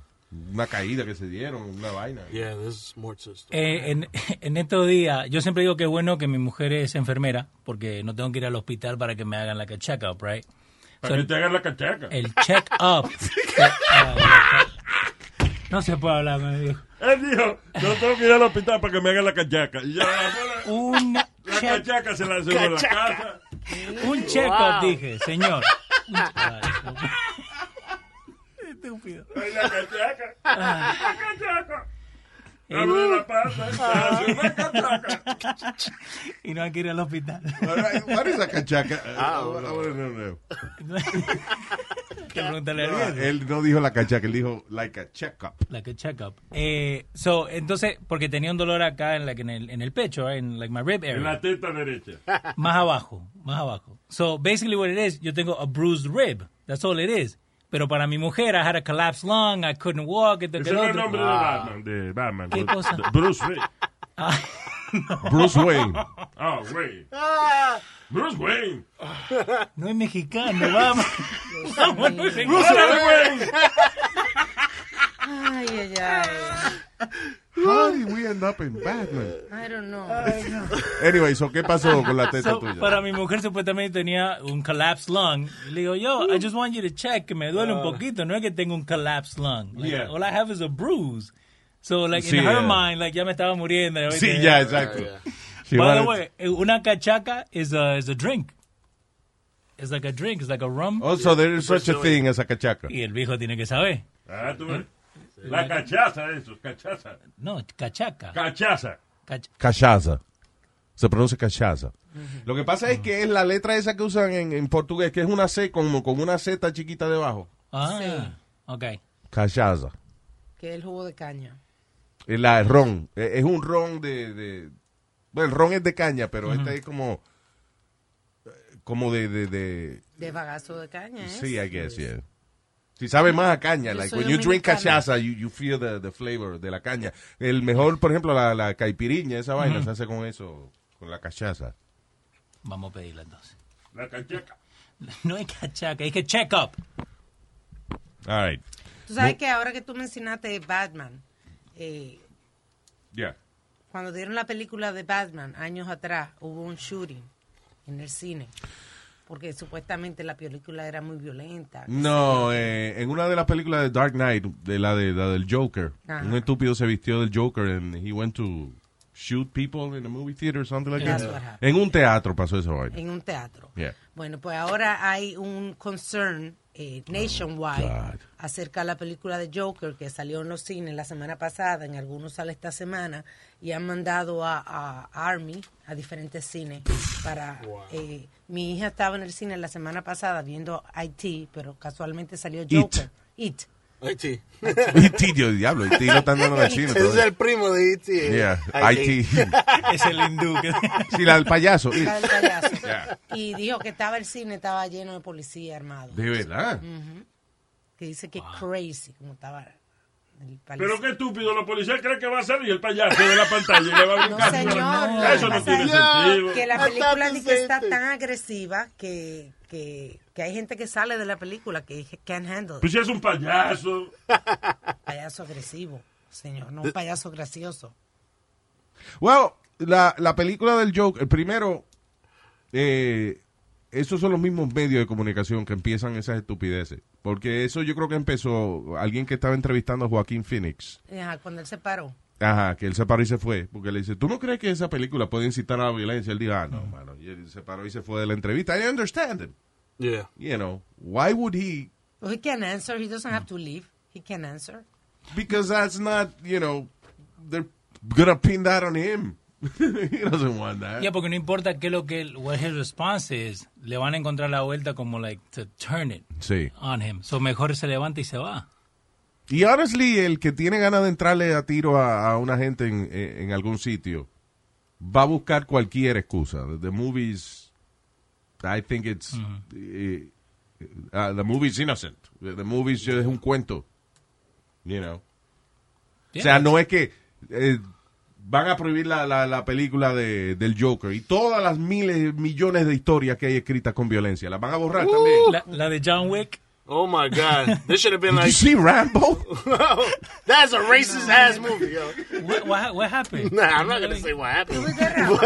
Speaker 3: una caída que se dieron, una vaina.
Speaker 6: Yeah, this is more to the story.
Speaker 7: Eh, en, en estos días, yo siempre digo que es bueno que mi mujer es enfermera, porque no tengo que ir al hospital para que me hagan like a check-up, right?
Speaker 5: Para que te hagan la cachaca.
Speaker 7: El check-up. Ay, no. no se puede hablar, me dijo.
Speaker 9: Él dijo, yo tengo que ir al hospital para que me hagan la cachaca. Y ya,
Speaker 7: Una
Speaker 9: la
Speaker 7: check-
Speaker 9: cachaca se la llevó a la
Speaker 7: Cachaca.
Speaker 9: casa.
Speaker 7: un check-up,
Speaker 9: Wow.
Speaker 7: dije, señor. Estúpido.
Speaker 5: La cachaca.
Speaker 7: Ah.
Speaker 5: La cachaca.
Speaker 7: Eh,
Speaker 5: Abre la pata, se hace una cachaca.
Speaker 7: Ah. y no hay que ir al hospital.
Speaker 3: What is a cachaca?
Speaker 7: Ah,
Speaker 3: Uh,
Speaker 7: bueno.
Speaker 3: I wanna know.
Speaker 7: Que pregúntale a
Speaker 3: No,
Speaker 7: Ariel.
Speaker 3: Él no dijo la cachaca, él dijo like a check-up.
Speaker 7: Like a checkup. Eh, so, entonces, porque tenía un dolor acá en, like, en, el, en el pecho, right? en like my rib area.
Speaker 9: En la teta derecha.
Speaker 7: más abajo, más abajo. So basically what it is, yo tengo a bruised rib. That's all it is. Pero para mi mujer, I had a collapsed lung, I couldn't walk. esto,
Speaker 9: Ese
Speaker 7: que lo
Speaker 9: no es el
Speaker 7: otro.
Speaker 9: nombre de Batman, de Batman.
Speaker 7: ¿Qué
Speaker 9: de-
Speaker 7: cosa? Ah.
Speaker 9: de
Speaker 3: Bruce
Speaker 9: Bruce Wayne.
Speaker 3: Wayne.
Speaker 9: Ah, Wayne.
Speaker 7: Ah,
Speaker 9: Bruce Wayne.
Speaker 7: No es mexicano, vamos. vamos
Speaker 9: Bruce Wayne.
Speaker 8: Ay, ay, ay.
Speaker 3: How did we end up in Batman?
Speaker 8: I don't know.
Speaker 3: Anyway, so, ¿qué pasó con la teta
Speaker 7: So,
Speaker 3: tuya?
Speaker 7: para mi mujer supuestamente tenía un collapsed lung. Y Le digo, yo, I just want you to check que me
Speaker 9: Ah.
Speaker 7: duele un poquito. No es que tengo un collapsed lung. Like,
Speaker 3: Yeah.
Speaker 7: All I have is a bruise. So, like,
Speaker 3: Sí,
Speaker 7: in her
Speaker 3: yeah.
Speaker 7: mind, like, ya me estaba muriendo. and
Speaker 3: Sí,
Speaker 7: everything.
Speaker 3: ya, exacto. She
Speaker 7: By the
Speaker 3: wanted-
Speaker 7: way, eh, una cachaca is a, is a drink. It's like a drink. It's like a rum.
Speaker 3: Also, Oh, there is such a thing as a cachaca.
Speaker 7: Y el viejo tiene que saber.
Speaker 9: Ah, tú
Speaker 7: ¿Eh?
Speaker 9: ves. La cachaza, eso, cachaza.
Speaker 7: No, cachaca.
Speaker 9: Cachaza.
Speaker 7: Cach-
Speaker 3: Cachaza. Se pronuncia cachaza. Lo que pasa es que es la letra esa que usan en, en portugués, que es una C como con una Z chiquita debajo.
Speaker 7: ah,
Speaker 8: Sí.
Speaker 7: ok.
Speaker 3: Cachaza.
Speaker 8: Que el jugo de caña.
Speaker 3: El, la- el ron. Eh, Es un ron de, de- Bueno, el ron es de caña, pero este es como... eh, Como de... de, de-
Speaker 8: De bagazo de caña, ¿eh?
Speaker 3: sí, I guess, yeah. Si sabe más a caña,
Speaker 8: Yo
Speaker 3: like
Speaker 8: soy
Speaker 3: when you drink
Speaker 8: dominicana.
Speaker 3: cachaza, you, you feel the, the flavor de la caña. El mejor, por ejemplo, la, la caipiriña, esa vaina se hace con eso, con la cachaza.
Speaker 7: Vamos a pedirla entonces.
Speaker 9: La cachaca.
Speaker 7: No es cachaca, es que check up.
Speaker 3: All right.
Speaker 8: Tú sabes que ahora que tú mencionaste Batman, eh,
Speaker 9: Ya.
Speaker 8: cuando dieron la película de Batman años atrás, hubo un shooting en el cine. Porque supuestamente la película era muy violenta.
Speaker 3: No, eh, en una de las películas de Dark Knight, de la, de, la del Joker,
Speaker 8: Ajá.
Speaker 3: un estúpido se vistió del Joker and he went to shoot people in a movie theater or something like
Speaker 8: That's what
Speaker 3: that.
Speaker 8: happened.
Speaker 3: En un teatro pasó esa vaina.
Speaker 8: en un teatro.
Speaker 3: Yeah.
Speaker 8: Bueno, pues ahora hay un concern eh, nationwide
Speaker 3: Oh, God.
Speaker 8: acerca de la película de Joker que salió en los cines la semana pasada, en algunos sale esta semana, y han mandado a, a Army a diferentes cines para... eh, mi hija estaba en el cine la semana pasada viendo IT, pero casualmente salió Joker. It.
Speaker 6: IT.
Speaker 3: Y tío, E diablo, y tío, están dando la china.
Speaker 6: Ese es el primo de E eh. IT.
Speaker 3: Yeah, IT.
Speaker 7: Es el hindú. que-
Speaker 3: Sí, la del payaso. it.
Speaker 8: Está el payaso.
Speaker 3: Yeah.
Speaker 8: Y dijo que estaba el cine, estaba lleno de policía armado.
Speaker 3: De verdad.
Speaker 8: Que dice que crazy, como estaba el
Speaker 9: Pero qué estúpido, los policías creen que va a salir el payaso de la pantalla y le va a
Speaker 8: No,
Speaker 9: brincar.
Speaker 8: señor.
Speaker 7: no,
Speaker 8: lo que
Speaker 9: Eso no
Speaker 8: pasa
Speaker 9: tiene
Speaker 8: es
Speaker 9: sentido.
Speaker 8: Que la
Speaker 6: Hasta
Speaker 8: película dice que está
Speaker 6: decente.
Speaker 8: tan agresiva que, que, que hay gente que sale de la película que can't handle. it.
Speaker 9: Pues si es un payaso.
Speaker 8: Payaso agresivo, señor. No un payaso gracioso.
Speaker 3: Well, la, la película del Joker, primero, eh, esos son los mismos medios de comunicación que empiezan esas estupideces. Porque eso yo creo que empezó alguien que estaba entrevistando a Joaquín Phoenix.
Speaker 8: Ajá, cuando él se paró.
Speaker 3: Ajá, que él se paró y se fue. Porque le dice, ¿tú no crees que esa película puede incitar a la violencia? Él dijo, ah, no, mano. Y él se paró y se fue de la entrevista. I understand him.
Speaker 6: Yeah.
Speaker 3: You know, why would he?
Speaker 8: Well, he can answer. He doesn't have to leave. He can answer.
Speaker 3: Because that's not, you know, they're gonna pin that on him. he doesn't want that.
Speaker 7: Ya, porque no importa qué lo que él- what his response is, le van a encontrar la vuelta como like to turn it
Speaker 3: Sí.
Speaker 7: on him. So mejor se levanta y se va.
Speaker 3: Y honestly, el que tiene ganas de entrarle a tiro a, a una gente en, en- en algún sitio va a buscar cualquier excusa. The movies, I think it's, eh, uh, the movie's innocent. The movie's just es un cuento, you know. O sea, no es que eh, van a prohibir la, la- la película de, del Joker y todas las miles, millones de historias que hay escritas con violencia. Las van a borrar también.
Speaker 7: La, la de John Wick.
Speaker 6: Oh my God. This should have been
Speaker 3: Did you
Speaker 6: like,
Speaker 3: see Rambo?
Speaker 6: that's a racist ass movie, yo.
Speaker 7: What,
Speaker 8: Ah,
Speaker 7: what, what happened?
Speaker 6: Nah, Ah, I'm not going to say what
Speaker 8: ¿Tú
Speaker 6: happened.
Speaker 8: viste Rambo?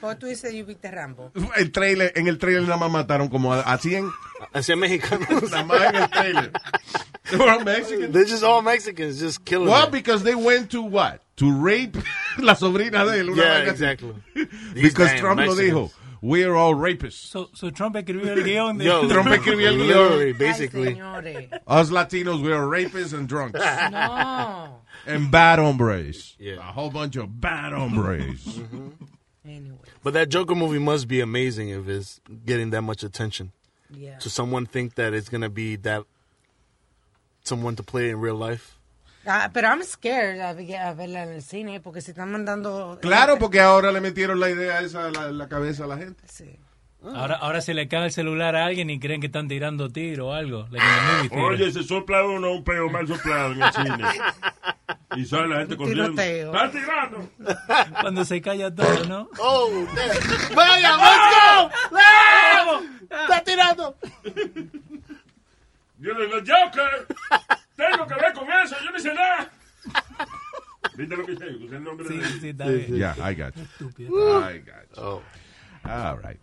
Speaker 8: ¿O tú dices you viste Rambo?
Speaker 3: El trailer, en el trailer nada más mataron como a, a 100.
Speaker 6: Así mexicanos.
Speaker 3: Nada más en el trailer. They were all Mexican.
Speaker 6: They're just all Mexicans, just killing
Speaker 3: What?
Speaker 6: it.
Speaker 3: Because they went to what? To rape la sobrina de él. Una
Speaker 6: Yeah,
Speaker 3: vaina así.
Speaker 6: exactly. These
Speaker 3: Because
Speaker 6: damn
Speaker 3: Trump lo
Speaker 6: Mexicans.
Speaker 3: dijo. We are all rapists.
Speaker 7: So, so Trump escribió el guión de...
Speaker 6: Yo,
Speaker 3: Trump escribió el guión.
Speaker 6: literally,
Speaker 8: Ay,
Speaker 6: basically.
Speaker 8: señores.
Speaker 3: Us Latinos, we are rapists and drunks.
Speaker 8: No.
Speaker 3: and bad hombres.
Speaker 6: Yeah.
Speaker 3: A whole bunch of bad hombres.
Speaker 8: Anyway,
Speaker 6: But that Joker movie must be amazing if it's getting that much attention.
Speaker 8: yeah.
Speaker 6: To someone think that it's gonna be that someone to play in real life.
Speaker 8: Ah, pero I'm scared a, ver- a verla en el cine porque se están mandando...
Speaker 3: claro, porque ahora le metieron la idea esa a la, la cabeza a la gente.
Speaker 8: Sí.
Speaker 7: Ahora, ahora se le cae el celular a alguien y creen que están tirando tiro o algo. like in the movie theater.
Speaker 9: Oye, se sopla uno, un peo mal soplado en el cine. Y sale la gente corriendo.
Speaker 8: tiroteo.
Speaker 9: ¡Está tirando!
Speaker 7: Cuando se calla todo, ¿no?
Speaker 6: Oh, damn. vaya,
Speaker 8: Ah.
Speaker 6: let's go. Vamos. Está tirando.
Speaker 9: Yo le digo, Joker, tengo que ver con eso, yo no hice nada. ¿Viste lo que hice? Usé el nombre
Speaker 7: Sí,
Speaker 9: de...
Speaker 7: sí, está bien.
Speaker 3: Yeah, I got you.
Speaker 7: Estúpido.
Speaker 3: I got you. All right.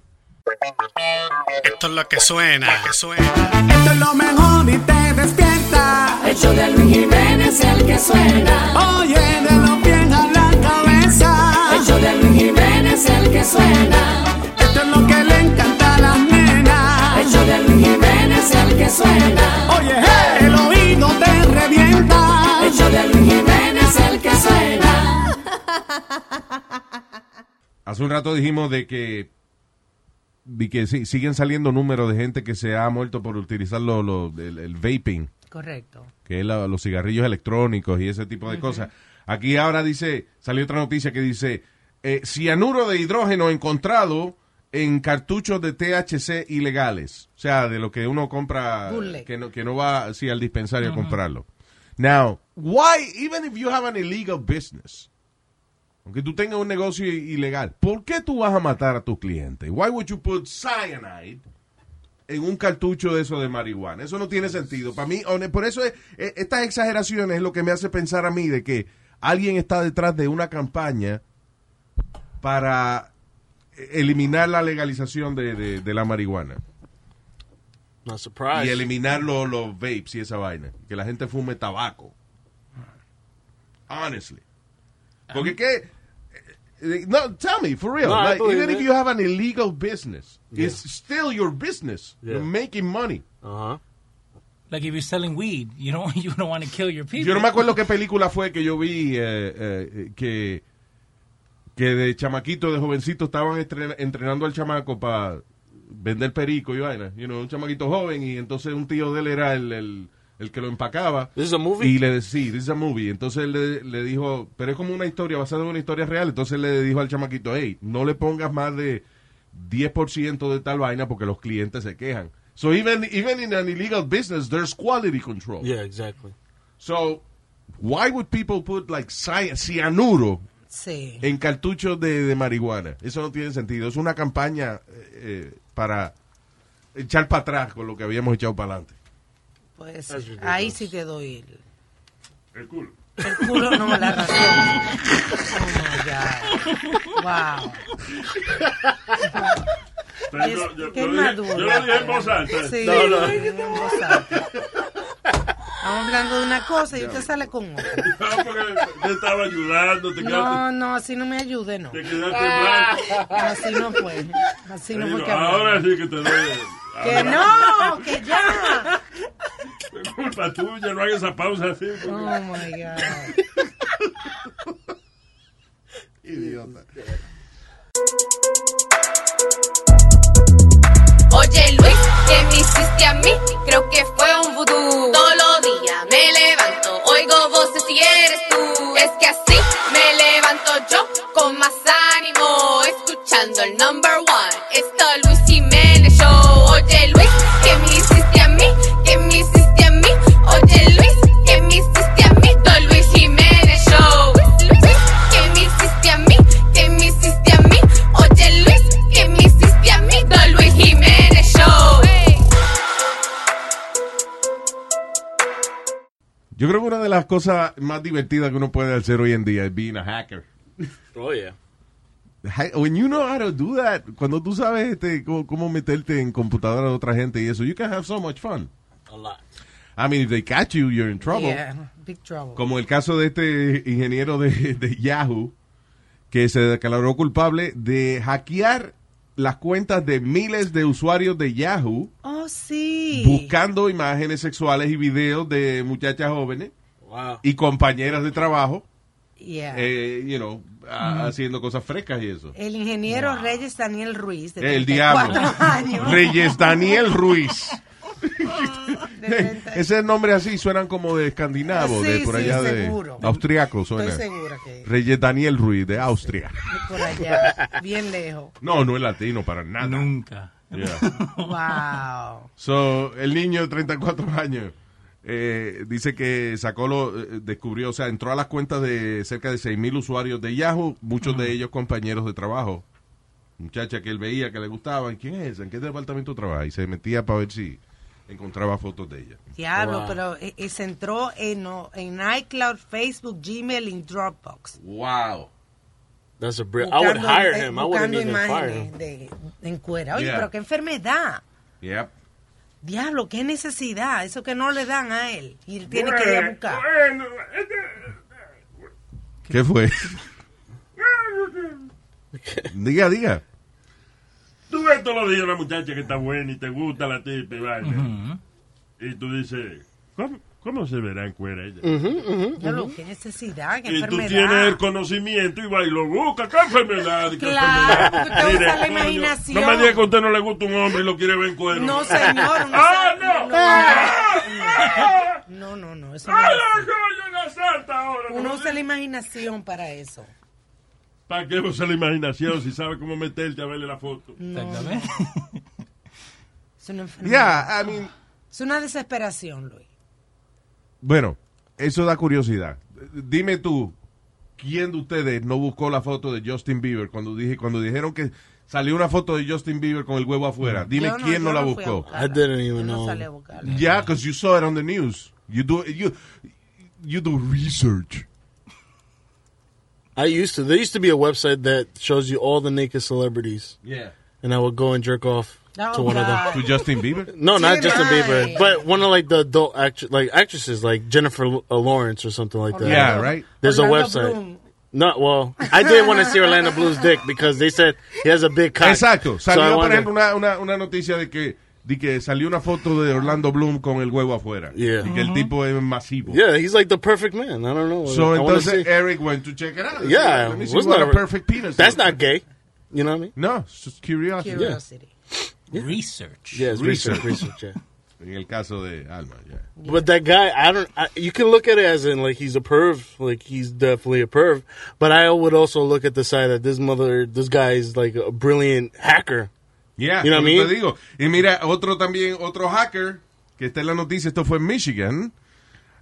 Speaker 5: Esto es lo que suena. que suena.
Speaker 11: Esto es lo mejor y te despierta. El show de Luis Jiménez, el que suena. Oye, de los pies a la cabeza. El show de Luis Jiménez, el que suena. Esto es lo que le encanta a las nenas. El show de Luis Jiménez, el que suena. Oye, hey, el oído te revienta. El show de Luis Jiménez, el que suena.
Speaker 3: Hace un rato dijimos de que, de que sí, siguen saliendo números de gente que se ha muerto por utilizar lo, lo- el, el vaping,
Speaker 8: Correcto.
Speaker 3: que es la- los cigarrillos electrónicos y ese tipo de cosas. Aquí ahora dice, salió otra noticia que dice, eh, cianuro de hidrógeno encontrado en cartuchos de THC ilegales. O sea, de lo que uno compra,
Speaker 8: Bootleg.
Speaker 3: que no, que no va así al dispensario a comprarlo. Now, why, even if you have an illegal business, aunque tú tengas un negocio i- ilegal, ¿por qué tú vas a matar a tus clientes? Why would you put cyanide en un cartucho de eso de marihuana? Eso no tiene sentido. Para mí, hone- por eso es- e- estas exageraciones es lo que me hace pensar a mí de que alguien está detrás de una campaña para e, eliminar la legalización de, de- de la marihuana
Speaker 6: Not surprised.
Speaker 3: y eliminar lo- los vapes y esa vaina. Que la gente fume tabaco. Honestly. Porque qué... eh, eh, No, tell me, for real.
Speaker 6: Ah. No, I
Speaker 3: like,
Speaker 6: believe
Speaker 3: even if
Speaker 6: it.
Speaker 3: you have an illegal business, it's still your business.
Speaker 6: Yeah. Uh-huh.
Speaker 3: You're making money.
Speaker 6: Ajá.
Speaker 7: Like if you're selling weed, you don't, you don't want to kill your people.
Speaker 3: Yo no me acuerdo qué película fue que yo vi eh, eh, que, que de chamaquito, de jovencito, estaban estre- entrenando al chamaco para vender perico y vaina. You know, un chamaquito joven y entonces un tío de él era el, el- el que lo empacaba.
Speaker 6: This is a movie?
Speaker 3: Y le decía, this is a movie. Entonces él le, le dijo, pero es como una historia basada en una historia real. Entonces le dijo al chamaquito, hey, no le pongas más de 10% de tal vaina porque los clientes se quejan. So even, even in an illegal business, there's quality control.
Speaker 6: Yeah, exactly.
Speaker 3: So, why would people put like cy- cianuro
Speaker 8: Sí.
Speaker 3: en cartuchos de, de marihuana? Eso no tiene sentido. Es una campaña eh, eh, para echar para atrás con lo que habíamos echado para adelante.
Speaker 8: Pues
Speaker 6: That's ridiculous.
Speaker 8: ahí sí te doy el,
Speaker 9: El culo.
Speaker 8: el culo, no, la razón. Oh my God. Wow.
Speaker 9: Pero
Speaker 8: Es-
Speaker 9: yo, yo-
Speaker 8: qué
Speaker 9: yo lo dije-
Speaker 8: maduro.
Speaker 9: yo lo dije en voz alta.
Speaker 8: Sí,
Speaker 6: No, no.
Speaker 8: en voz alta. Estamos hablando de una cosa y usted sale con otra.
Speaker 9: No, porque te estaba ayudando, te quedaste,
Speaker 8: No, no, así no me ayude, no. Ah,
Speaker 9: te quedaste en blanco.
Speaker 8: Así no fue. Así
Speaker 9: Te
Speaker 8: no
Speaker 9: digo,
Speaker 8: fue que
Speaker 9: ahora
Speaker 8: hablamos.
Speaker 9: sí que te doy.
Speaker 8: Que no, que ya.
Speaker 9: Es culpa tuya, no hagas esa pausa así. porque-
Speaker 8: Oh my God.
Speaker 10: Oye Luis, ¿qué me hiciste a mí? Creo que fue un vudú. Todos los días me levanto, oigo voces y eres tú. Es que así me levanto yo con más ánimo, escuchando el number one. Esto es Luis Jiménez Show. Oye Luis, ¿qué me hiciste a mí? ¿Qué me hiciste a mí? Oye Luis, ¿qué me hiciste a mí? Esto es Luis Jiménez Show. Luis, Luis, ¿qué me hiciste a mí? ¿Qué me hiciste a mí? Oye Luis, ¿qué me hiciste a mí? Don Luis Jiménez Show.
Speaker 3: Yo creo que una de las cosas más divertidas que uno puede hacer hoy en día es being a hacker.
Speaker 6: Oh, yeah.
Speaker 3: Ha- When you know how to do that, cuando tú sabes este, cómo, cómo meterte en computadora de otra gente y eso, you can have so much fun.
Speaker 6: A lot.
Speaker 3: I mean, if they catch you, you're in trouble.
Speaker 8: Yeah, eh, big trouble.
Speaker 3: Como el caso de este ingeniero de, de Yahoo, que se declaró culpable de hackear las cuentas de miles de usuarios de Yahoo
Speaker 8: Oh, sí.
Speaker 3: buscando imágenes sexuales y videos de muchachas jóvenes
Speaker 6: Wow.
Speaker 3: y compañeras de trabajo,
Speaker 8: Yeah.
Speaker 3: eh, you know, a- haciendo cosas frescas y eso.
Speaker 8: El ingeniero Reyes Daniel Ruiz, de
Speaker 3: El
Speaker 8: 34
Speaker 3: diablo.
Speaker 8: años.
Speaker 3: Reyes Daniel Ruiz.
Speaker 8: de 30.
Speaker 3: Ese nombre así suenan como de escandinavo, de
Speaker 8: Sí,
Speaker 3: por
Speaker 8: sí,
Speaker 3: allá de
Speaker 8: seguro.
Speaker 3: austriaco suena.
Speaker 8: Estoy segura que es.
Speaker 3: Reyes Daniel Ruiz de Austria.
Speaker 8: por allá, bien lejos.
Speaker 3: No, no es latino para nada.
Speaker 7: Nunca.
Speaker 8: Wow.
Speaker 3: So, el niño de 34 años eh, dice que sacó lo, eh, descubrió, o sea, entró a las cuentas de cerca de 6.000 usuarios de Yahoo, muchos de ellos compañeros de trabajo. Muchacha que él veía, que le gustaba, ¿y ¿quién es? esa? ¿En qué departamento trabaja? Y se metía para ver si encontraba fotos de ella.
Speaker 8: Diablo,
Speaker 3: Wow.
Speaker 8: pero eh, eh, se entró en, no- en iCloud, Facebook, Gmail y Dropbox.
Speaker 3: Wow.
Speaker 6: That's a bri- I would
Speaker 8: Buscando,
Speaker 6: hire
Speaker 8: eh,
Speaker 6: him. I wouldn't
Speaker 8: buscando
Speaker 6: even fire him.
Speaker 8: imágenes de, de en cuera. Oye,
Speaker 6: Yeah.
Speaker 8: pero qué enfermedad.
Speaker 3: Yep.
Speaker 8: Diablo, qué necesidad. Eso que no le dan a él. Y él tiene que ir a buscar.
Speaker 3: ¿Qué fue? diga, diga.
Speaker 9: Tú ves todos los días una muchacha que está buena y te gusta la tipa y vaina. Y tú dices, ¿cómo, cómo se verá en cuera ella?
Speaker 8: Diablo,
Speaker 6: Mm-hmm.
Speaker 8: qué necesidad, qué
Speaker 9: Y tú
Speaker 8: enfermedad.
Speaker 9: tienes el conocimiento y va y lo busca. ¿Qué enfermedad? ¿Qué
Speaker 8: Claro,
Speaker 9: enfermedad?
Speaker 8: porque usted usa la
Speaker 9: coño,
Speaker 8: imaginación.
Speaker 9: No me diga que a usted no le gusta un hombre y lo quiere ver en cuero.
Speaker 8: No, señor. uno
Speaker 9: ¡Ah,
Speaker 8: sabe-
Speaker 9: no!
Speaker 7: Ah.
Speaker 9: Ah!
Speaker 8: No, no, no. Eso no es
Speaker 9: ¡Ay,
Speaker 8: así.
Speaker 9: ay, ay, una santa ahora!
Speaker 8: Uno usa la imaginación para eso.
Speaker 9: ¿Para qué usa la imaginación si sabe cómo meterte a verle la foto?
Speaker 7: Exactamente.
Speaker 8: Es una enfermedad.
Speaker 3: I mean-
Speaker 8: Es una desesperación, Luis.
Speaker 3: Bueno, eso da curiosidad. Dime tú, ¿quién de ustedes no buscó la foto de Justin Bieber cuando dije cuando dijeron que salió una foto de Justin Bieber con el huevo afuera? Dime
Speaker 8: Mm. Yo no,
Speaker 3: quién no,
Speaker 8: yo
Speaker 3: la
Speaker 8: no fui a
Speaker 3: buscó.
Speaker 8: buscarla. I
Speaker 6: didn't even
Speaker 8: No sale a buscar.
Speaker 3: Yeah, because you saw it on the news. You do you you do research.
Speaker 6: I used to. There used to be a website that shows you all the naked celebrities.
Speaker 3: Yeah.
Speaker 6: And I would go and jerk off
Speaker 3: Oh,
Speaker 6: to one
Speaker 3: God.
Speaker 6: of them.
Speaker 3: To Justin Bieber?
Speaker 6: No, not
Speaker 3: Too
Speaker 6: Justin
Speaker 3: nice.
Speaker 6: Bieber, but one of like the adult act- like actresses, like Jennifer L- uh, Lawrence or something like that.
Speaker 3: Yeah, right?
Speaker 6: There's
Speaker 3: Orlando
Speaker 6: a website.
Speaker 3: Bloom.
Speaker 6: Not well. I did want to see Orlando Blue's dick because they said he has a big cock.
Speaker 3: Exacto.
Speaker 6: So I
Speaker 3: Salió, por
Speaker 6: wanted-
Speaker 3: ejemplo, una, una, una noticia de que, de que salió una foto de Orlando Bloom con el huevo afuera. Y que el tipo es masivo.
Speaker 6: Yeah, he's like the perfect man. I don't know.
Speaker 3: So
Speaker 6: I wanna
Speaker 3: entonces
Speaker 6: see-
Speaker 3: Eric went to check it out.
Speaker 6: yeah,
Speaker 3: Let me see
Speaker 6: was
Speaker 3: what
Speaker 6: not
Speaker 3: a perfect penis.
Speaker 6: That's not gay. You know what I mean?
Speaker 3: No, it's just curiosity.
Speaker 8: Curiosity.
Speaker 7: Research.
Speaker 6: Yeah, it's research, research, yeah.
Speaker 3: En el caso de Alma, yeah.
Speaker 6: But that guy, I don't. I, you can look at it as in like he's a perv, like he's definitely a perv. But I would also look at the side that this mother, this guy is like a brilliant hacker.
Speaker 3: Yeah,
Speaker 6: you know what I
Speaker 3: como
Speaker 6: mean?
Speaker 3: te digo. Y mira, otro también, otro hacker que está en la noticia, esto fue en Michigan.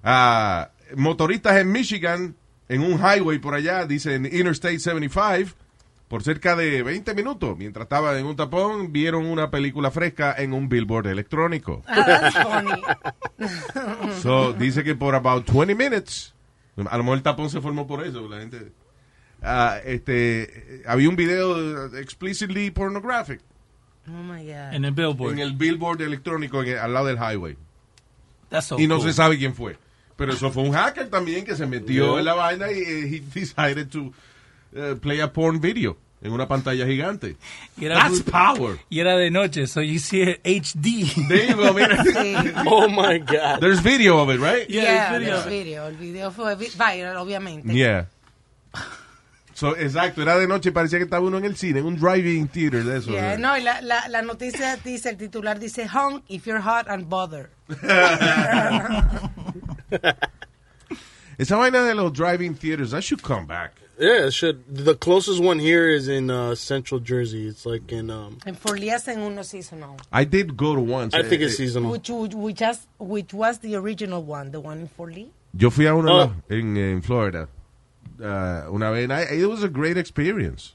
Speaker 3: Ah, motoristas en Michigan, en un highway por allá, dicen Interstate 75, por cerca de 20 minutos, mientras estaban en un tapón, vieron una película fresca en un billboard electrónico.
Speaker 8: Ah, that's funny.
Speaker 5: Mm.
Speaker 3: So, dice que por about 20 minutes, a lo mejor el tapón se formó por eso, la gente... Ah, este, eh, había un video eh, explicitly pornographic.
Speaker 8: Oh my God.
Speaker 7: En el billboard.
Speaker 3: En el billboard electrónico en el- al lado del highway.
Speaker 7: That's so
Speaker 3: y no
Speaker 7: cool.
Speaker 3: se sabe quién fue. Pero eso fue un hacker también que se metió en la vaina y eh, he decided to eh, play a porn video en una pantalla gigante.
Speaker 7: Y
Speaker 3: That's
Speaker 7: bu-
Speaker 3: power.
Speaker 7: Y era de noche, so you see it HD.
Speaker 3: There you go, mira.
Speaker 6: Oh my God.
Speaker 3: There's video of it, right?
Speaker 7: Yeah,
Speaker 8: Yeah,
Speaker 7: video.
Speaker 8: there's video. El video fue vi- viral, obviamente.
Speaker 3: Yeah. So, exacto, era de noche y parecía que estaba uno en el cine, en un driving theater de eh. eso.
Speaker 8: Yeah,
Speaker 3: ¿verdad?
Speaker 8: no, y la, la, la noticia dice, el titular dice, Hunk if you're hot and bothered.
Speaker 3: Esa vaina de los driving theaters, that should come back.
Speaker 6: Yeah, it should. The closest one here is in uh, Central Jersey. It's like in. Um,
Speaker 8: En Forlías en uno seasonal.
Speaker 3: I did go to once.
Speaker 6: I think it's
Speaker 3: Eh, eh,
Speaker 6: seasonal.
Speaker 8: Which, which, which, has- which was the original one, the one in Fort Lee.
Speaker 3: Yo fui a una
Speaker 6: Oh.
Speaker 3: la- en, en Florida uh, una vez. and I- it was a great experience.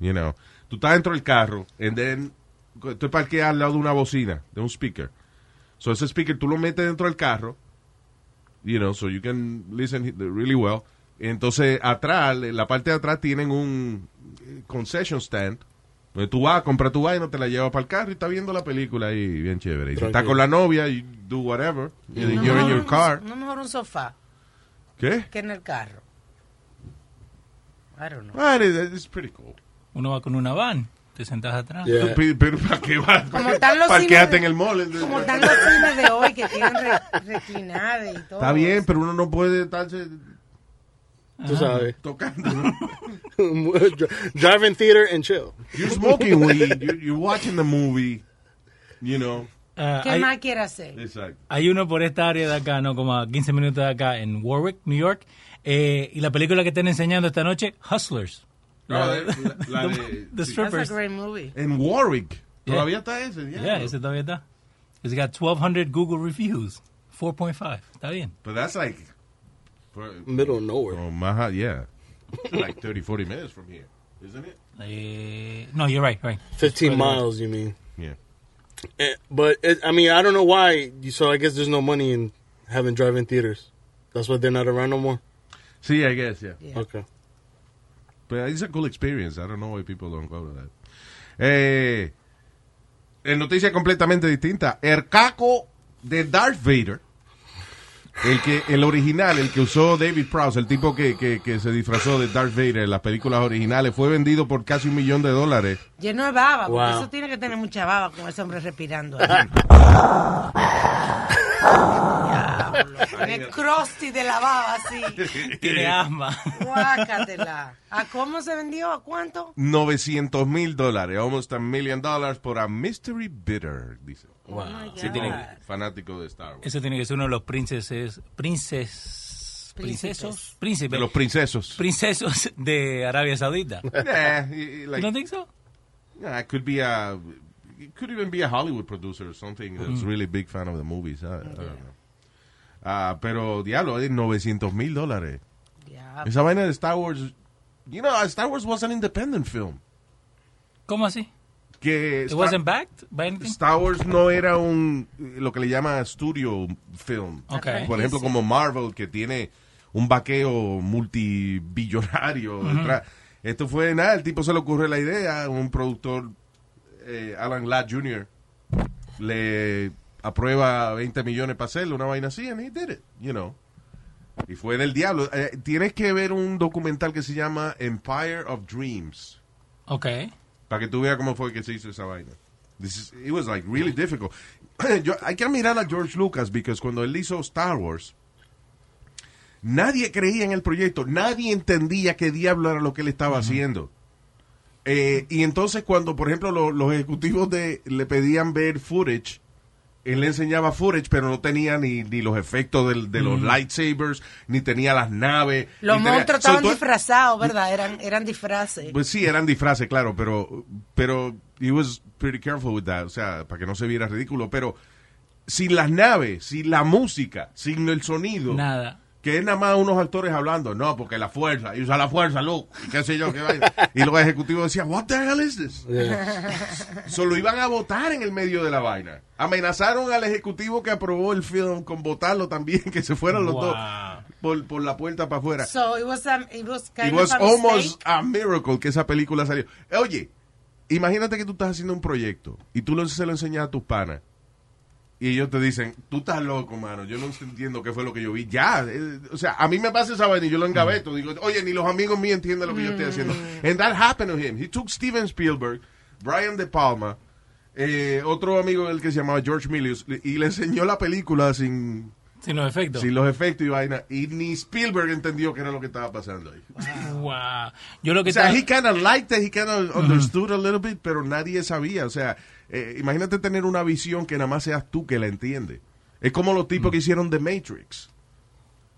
Speaker 3: You know, tú estás dentro del carro, and then tú parqueas al lado de una bocina, de un speaker. So ese speaker tú lo metes dentro del carro, you know, so you can listen hi- really well. Entonces atrás, en la parte de atrás tienen un eh, concession stand. Donde tú vas, compras tu vaina, te la llevas para el carro y estás viendo la película ahí, bien chévere. Y si estás
Speaker 6: Tranquilo.
Speaker 3: con la novia, you do whatever. and
Speaker 8: No
Speaker 3: You're in
Speaker 8: mejor
Speaker 3: your
Speaker 8: un-
Speaker 3: car.
Speaker 8: No mejor un sofá
Speaker 3: ¿Qué?
Speaker 8: que en el carro. I don't know.
Speaker 3: Right, it- it's pretty cool.
Speaker 7: Uno va con una van, te sentas atrás.
Speaker 3: Pero- Pero ¿para qué vas?
Speaker 8: Como están los
Speaker 3: Parquéate
Speaker 8: cines-
Speaker 3: en el mall.
Speaker 8: Como están los cines de hoy que tienen re- reclinada y todo.
Speaker 3: Está bien, pero uno no puede estarse
Speaker 6: Tú sabes.
Speaker 3: tocando.
Speaker 6: Drive-in theater and chill.
Speaker 3: You're smoking weed, you're, you're watching the movie, you know.
Speaker 7: Ah,
Speaker 8: ¿Qué
Speaker 7: hay-
Speaker 8: más quiere hacer?
Speaker 3: Exacto.
Speaker 7: Hay uno por esta área de acá, no como a 15 minutos de acá, en Warwick, New York. Eh, y la película que están enseñando esta noche, Hustlers.
Speaker 3: No,
Speaker 7: La-
Speaker 3: de- la- la de-
Speaker 7: The
Speaker 3: sí.
Speaker 7: Strippers.
Speaker 8: That's a great movie.
Speaker 3: En Warwick.
Speaker 7: Yeah.
Speaker 3: Todavía está ese.
Speaker 7: Yeah,
Speaker 3: Yeah,
Speaker 7: ese todavía está. It's got 1,200 Google reviews. 4.5. Está bien.
Speaker 3: But that's like
Speaker 6: Middle of nowhere.
Speaker 3: Oh, Maha, yeah. like 30, 40 minutes from here, isn't it?
Speaker 7: Eh, no, you're right, right.
Speaker 6: 15 miles, you mean?
Speaker 3: Yeah.
Speaker 6: Eh, but it, I mean, I don't know why. So I guess there's no money in having drive-in theaters. That's why they're not around no more.
Speaker 3: Sí, I guess, yeah.
Speaker 6: Okay.
Speaker 3: But it's a cool experience. I don't know why people don't go to that. Eh, en noticia completamente distinta, el caco de Darth Vader, el que el original, el que usó David Prowse, el tipo que, que, que se disfrazó de Darth Vader en las películas originales, fue vendido por casi un millón de dólares.
Speaker 8: Lleno de baba, porque
Speaker 6: Wow.
Speaker 8: eso tiene que tener mucha baba con ese hombre respirando. ahí. Diablo. El crusty de la baba, así.
Speaker 7: Tiene asma.
Speaker 8: Guácatela. ¿A cómo se vendió? ¿A cuánto?
Speaker 3: 900 mil dólares, almost a million dollars por a mystery bidder, dice.
Speaker 8: Oh my God.
Speaker 7: Sí, tiene-
Speaker 3: Fanático de Star Wars.
Speaker 7: Eso tiene que ser uno de los princeses, princes, princesos, príncipes,
Speaker 3: De los princesos.
Speaker 7: princesos de Arabia Saudita. ¿No
Speaker 3: Yeah, y- y like-
Speaker 7: don't think so?
Speaker 3: Yeah, it Ah, could be a, it could even be a Hollywood producer or something
Speaker 7: Mm-hmm.
Speaker 3: that's
Speaker 6: Mm.
Speaker 3: really big fan of the movies. I, I don't know. Ah, pero diablo, eh, 900 mil dólares.
Speaker 6: Ah.
Speaker 8: Diablo.
Speaker 3: Esa vaina de Star Wars, you know, Star Wars was an independent film.
Speaker 7: ¿Cómo así?
Speaker 3: Que
Speaker 7: It
Speaker 3: Star,
Speaker 7: wasn't backed by anything?
Speaker 3: Star Wars no era un eh, lo que le llama studio film.
Speaker 7: Okay.
Speaker 3: Por ejemplo, como Marvel que tiene un vaqueo multibillonario. detrás. Esto fue nada, el tipo se le ocurre la idea, un productor eh, Alan Ladd Jr. le aprueba 20 millones para hacerlo, una vaina así, and he did it, you know. Y fue del diablo. Eh, tienes que ver un documental que se llama Empire of Dreams.
Speaker 7: Okay.
Speaker 3: Para que tú veas cómo fue que se hizo esa vaina. This is, it was like really difficult. Yo, hay que mirar a George Lucas because cuando él hizo Star Wars, nadie creía en el proyecto, nadie entendía qué diablo era lo que él estaba haciendo. Eh, y entonces cuando, por ejemplo, lo- los ejecutivos de, le pedían ver footage, él le enseñaba footage, pero no tenía ni, ni los efectos del- de los lightsabers, ni tenía las naves.
Speaker 8: Los
Speaker 3: ni tenía-
Speaker 8: monstruos
Speaker 3: So,
Speaker 8: estaban
Speaker 3: tú-
Speaker 8: disfrazados, ¿verdad? Eran, eran disfraces.
Speaker 3: pues sí, eran disfraces, claro, pero, pero he was pretty careful with that, o sea, para que no se viera ridículo, pero sin las naves, sin la música, sin el sonido,
Speaker 7: Nada.
Speaker 3: que es nada más unos actores hablando, no, porque la fuerza, y usa la fuerza, Luke, y qué sé yo, qué vaina. Y los ejecutivos decían, what the hell is this?
Speaker 6: Yeah.
Speaker 3: Solo iban a votar en el medio de la vaina. Amenazaron al ejecutivo que aprobó el film con votarlo también, que se fueron los
Speaker 7: Wow.
Speaker 3: dos por, por la puerta para afuera.
Speaker 8: So it was, um, it was kind
Speaker 3: It was
Speaker 8: of a
Speaker 3: almost
Speaker 8: mistake.
Speaker 3: a miracle que esa película salió. Eh, Oye, imagínate que tú estás haciendo un proyecto y tú lo, se lo enseñas a tus panas. Y ellos te dicen, tú estás loco, mano. Yo no entiendo qué fue lo que yo vi. Ya. eh, o sea, a mí me pasa esa vaina y yo lo engaveto. Digo, oye, ni los amigos míos entienden lo que yo estoy haciendo.
Speaker 8: Mm.
Speaker 3: And that happened to him. He took Steven Spielberg, Brian De Palma, eh, otro amigo del que se llamaba George Milius, y le enseñó la película sin,
Speaker 7: Sin los efectos.
Speaker 3: sin los efectos y vaina. Y ni Spielberg entendió qué era lo que estaba pasando ahí.
Speaker 7: Wow. Yo lo que
Speaker 3: O sea,
Speaker 7: estaba-
Speaker 3: he kind of liked it, he kind of understood a little bit, pero nadie sabía. O sea, eh, imagínate tener una visión que nada más seas tú que la entiende. Es como los
Speaker 7: Mm.
Speaker 3: tipos que hicieron The Matrix.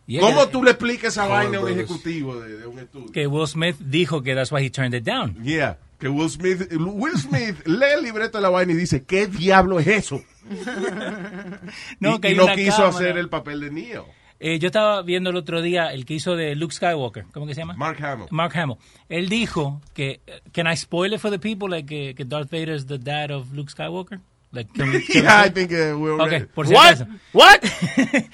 Speaker 7: Yeah,
Speaker 3: ¿Cómo
Speaker 7: yeah.
Speaker 3: tú le explicas esa
Speaker 6: Coen
Speaker 3: vaina a un
Speaker 6: Brothers.
Speaker 3: ejecutivo de, de un estudio?
Speaker 7: Que Will Smith dijo que that's why he turned it down.
Speaker 3: Yeah, que Will Smith, Will Smith lee el libreto de la vaina y dice, ¿qué diablo es eso?
Speaker 7: No,
Speaker 3: y
Speaker 7: que
Speaker 3: y
Speaker 7: hay
Speaker 3: no
Speaker 7: una
Speaker 3: quiso
Speaker 7: cámara.
Speaker 3: hacer el papel de Neo.
Speaker 7: Eh, yo estaba viendo el otro día el que hizo de Luke Skywalker. ¿Cómo que se llama?
Speaker 3: Mark Hamill.
Speaker 7: Mark Hamill. Él dijo que, eh, can I spoil it for the people, like que, que Darth Vader is the dad of Luke Skywalker? Like, can we- can we-
Speaker 3: Yeah, I think uh, we already-
Speaker 7: Okay, por si
Speaker 6: What?
Speaker 7: acaso.
Speaker 6: What?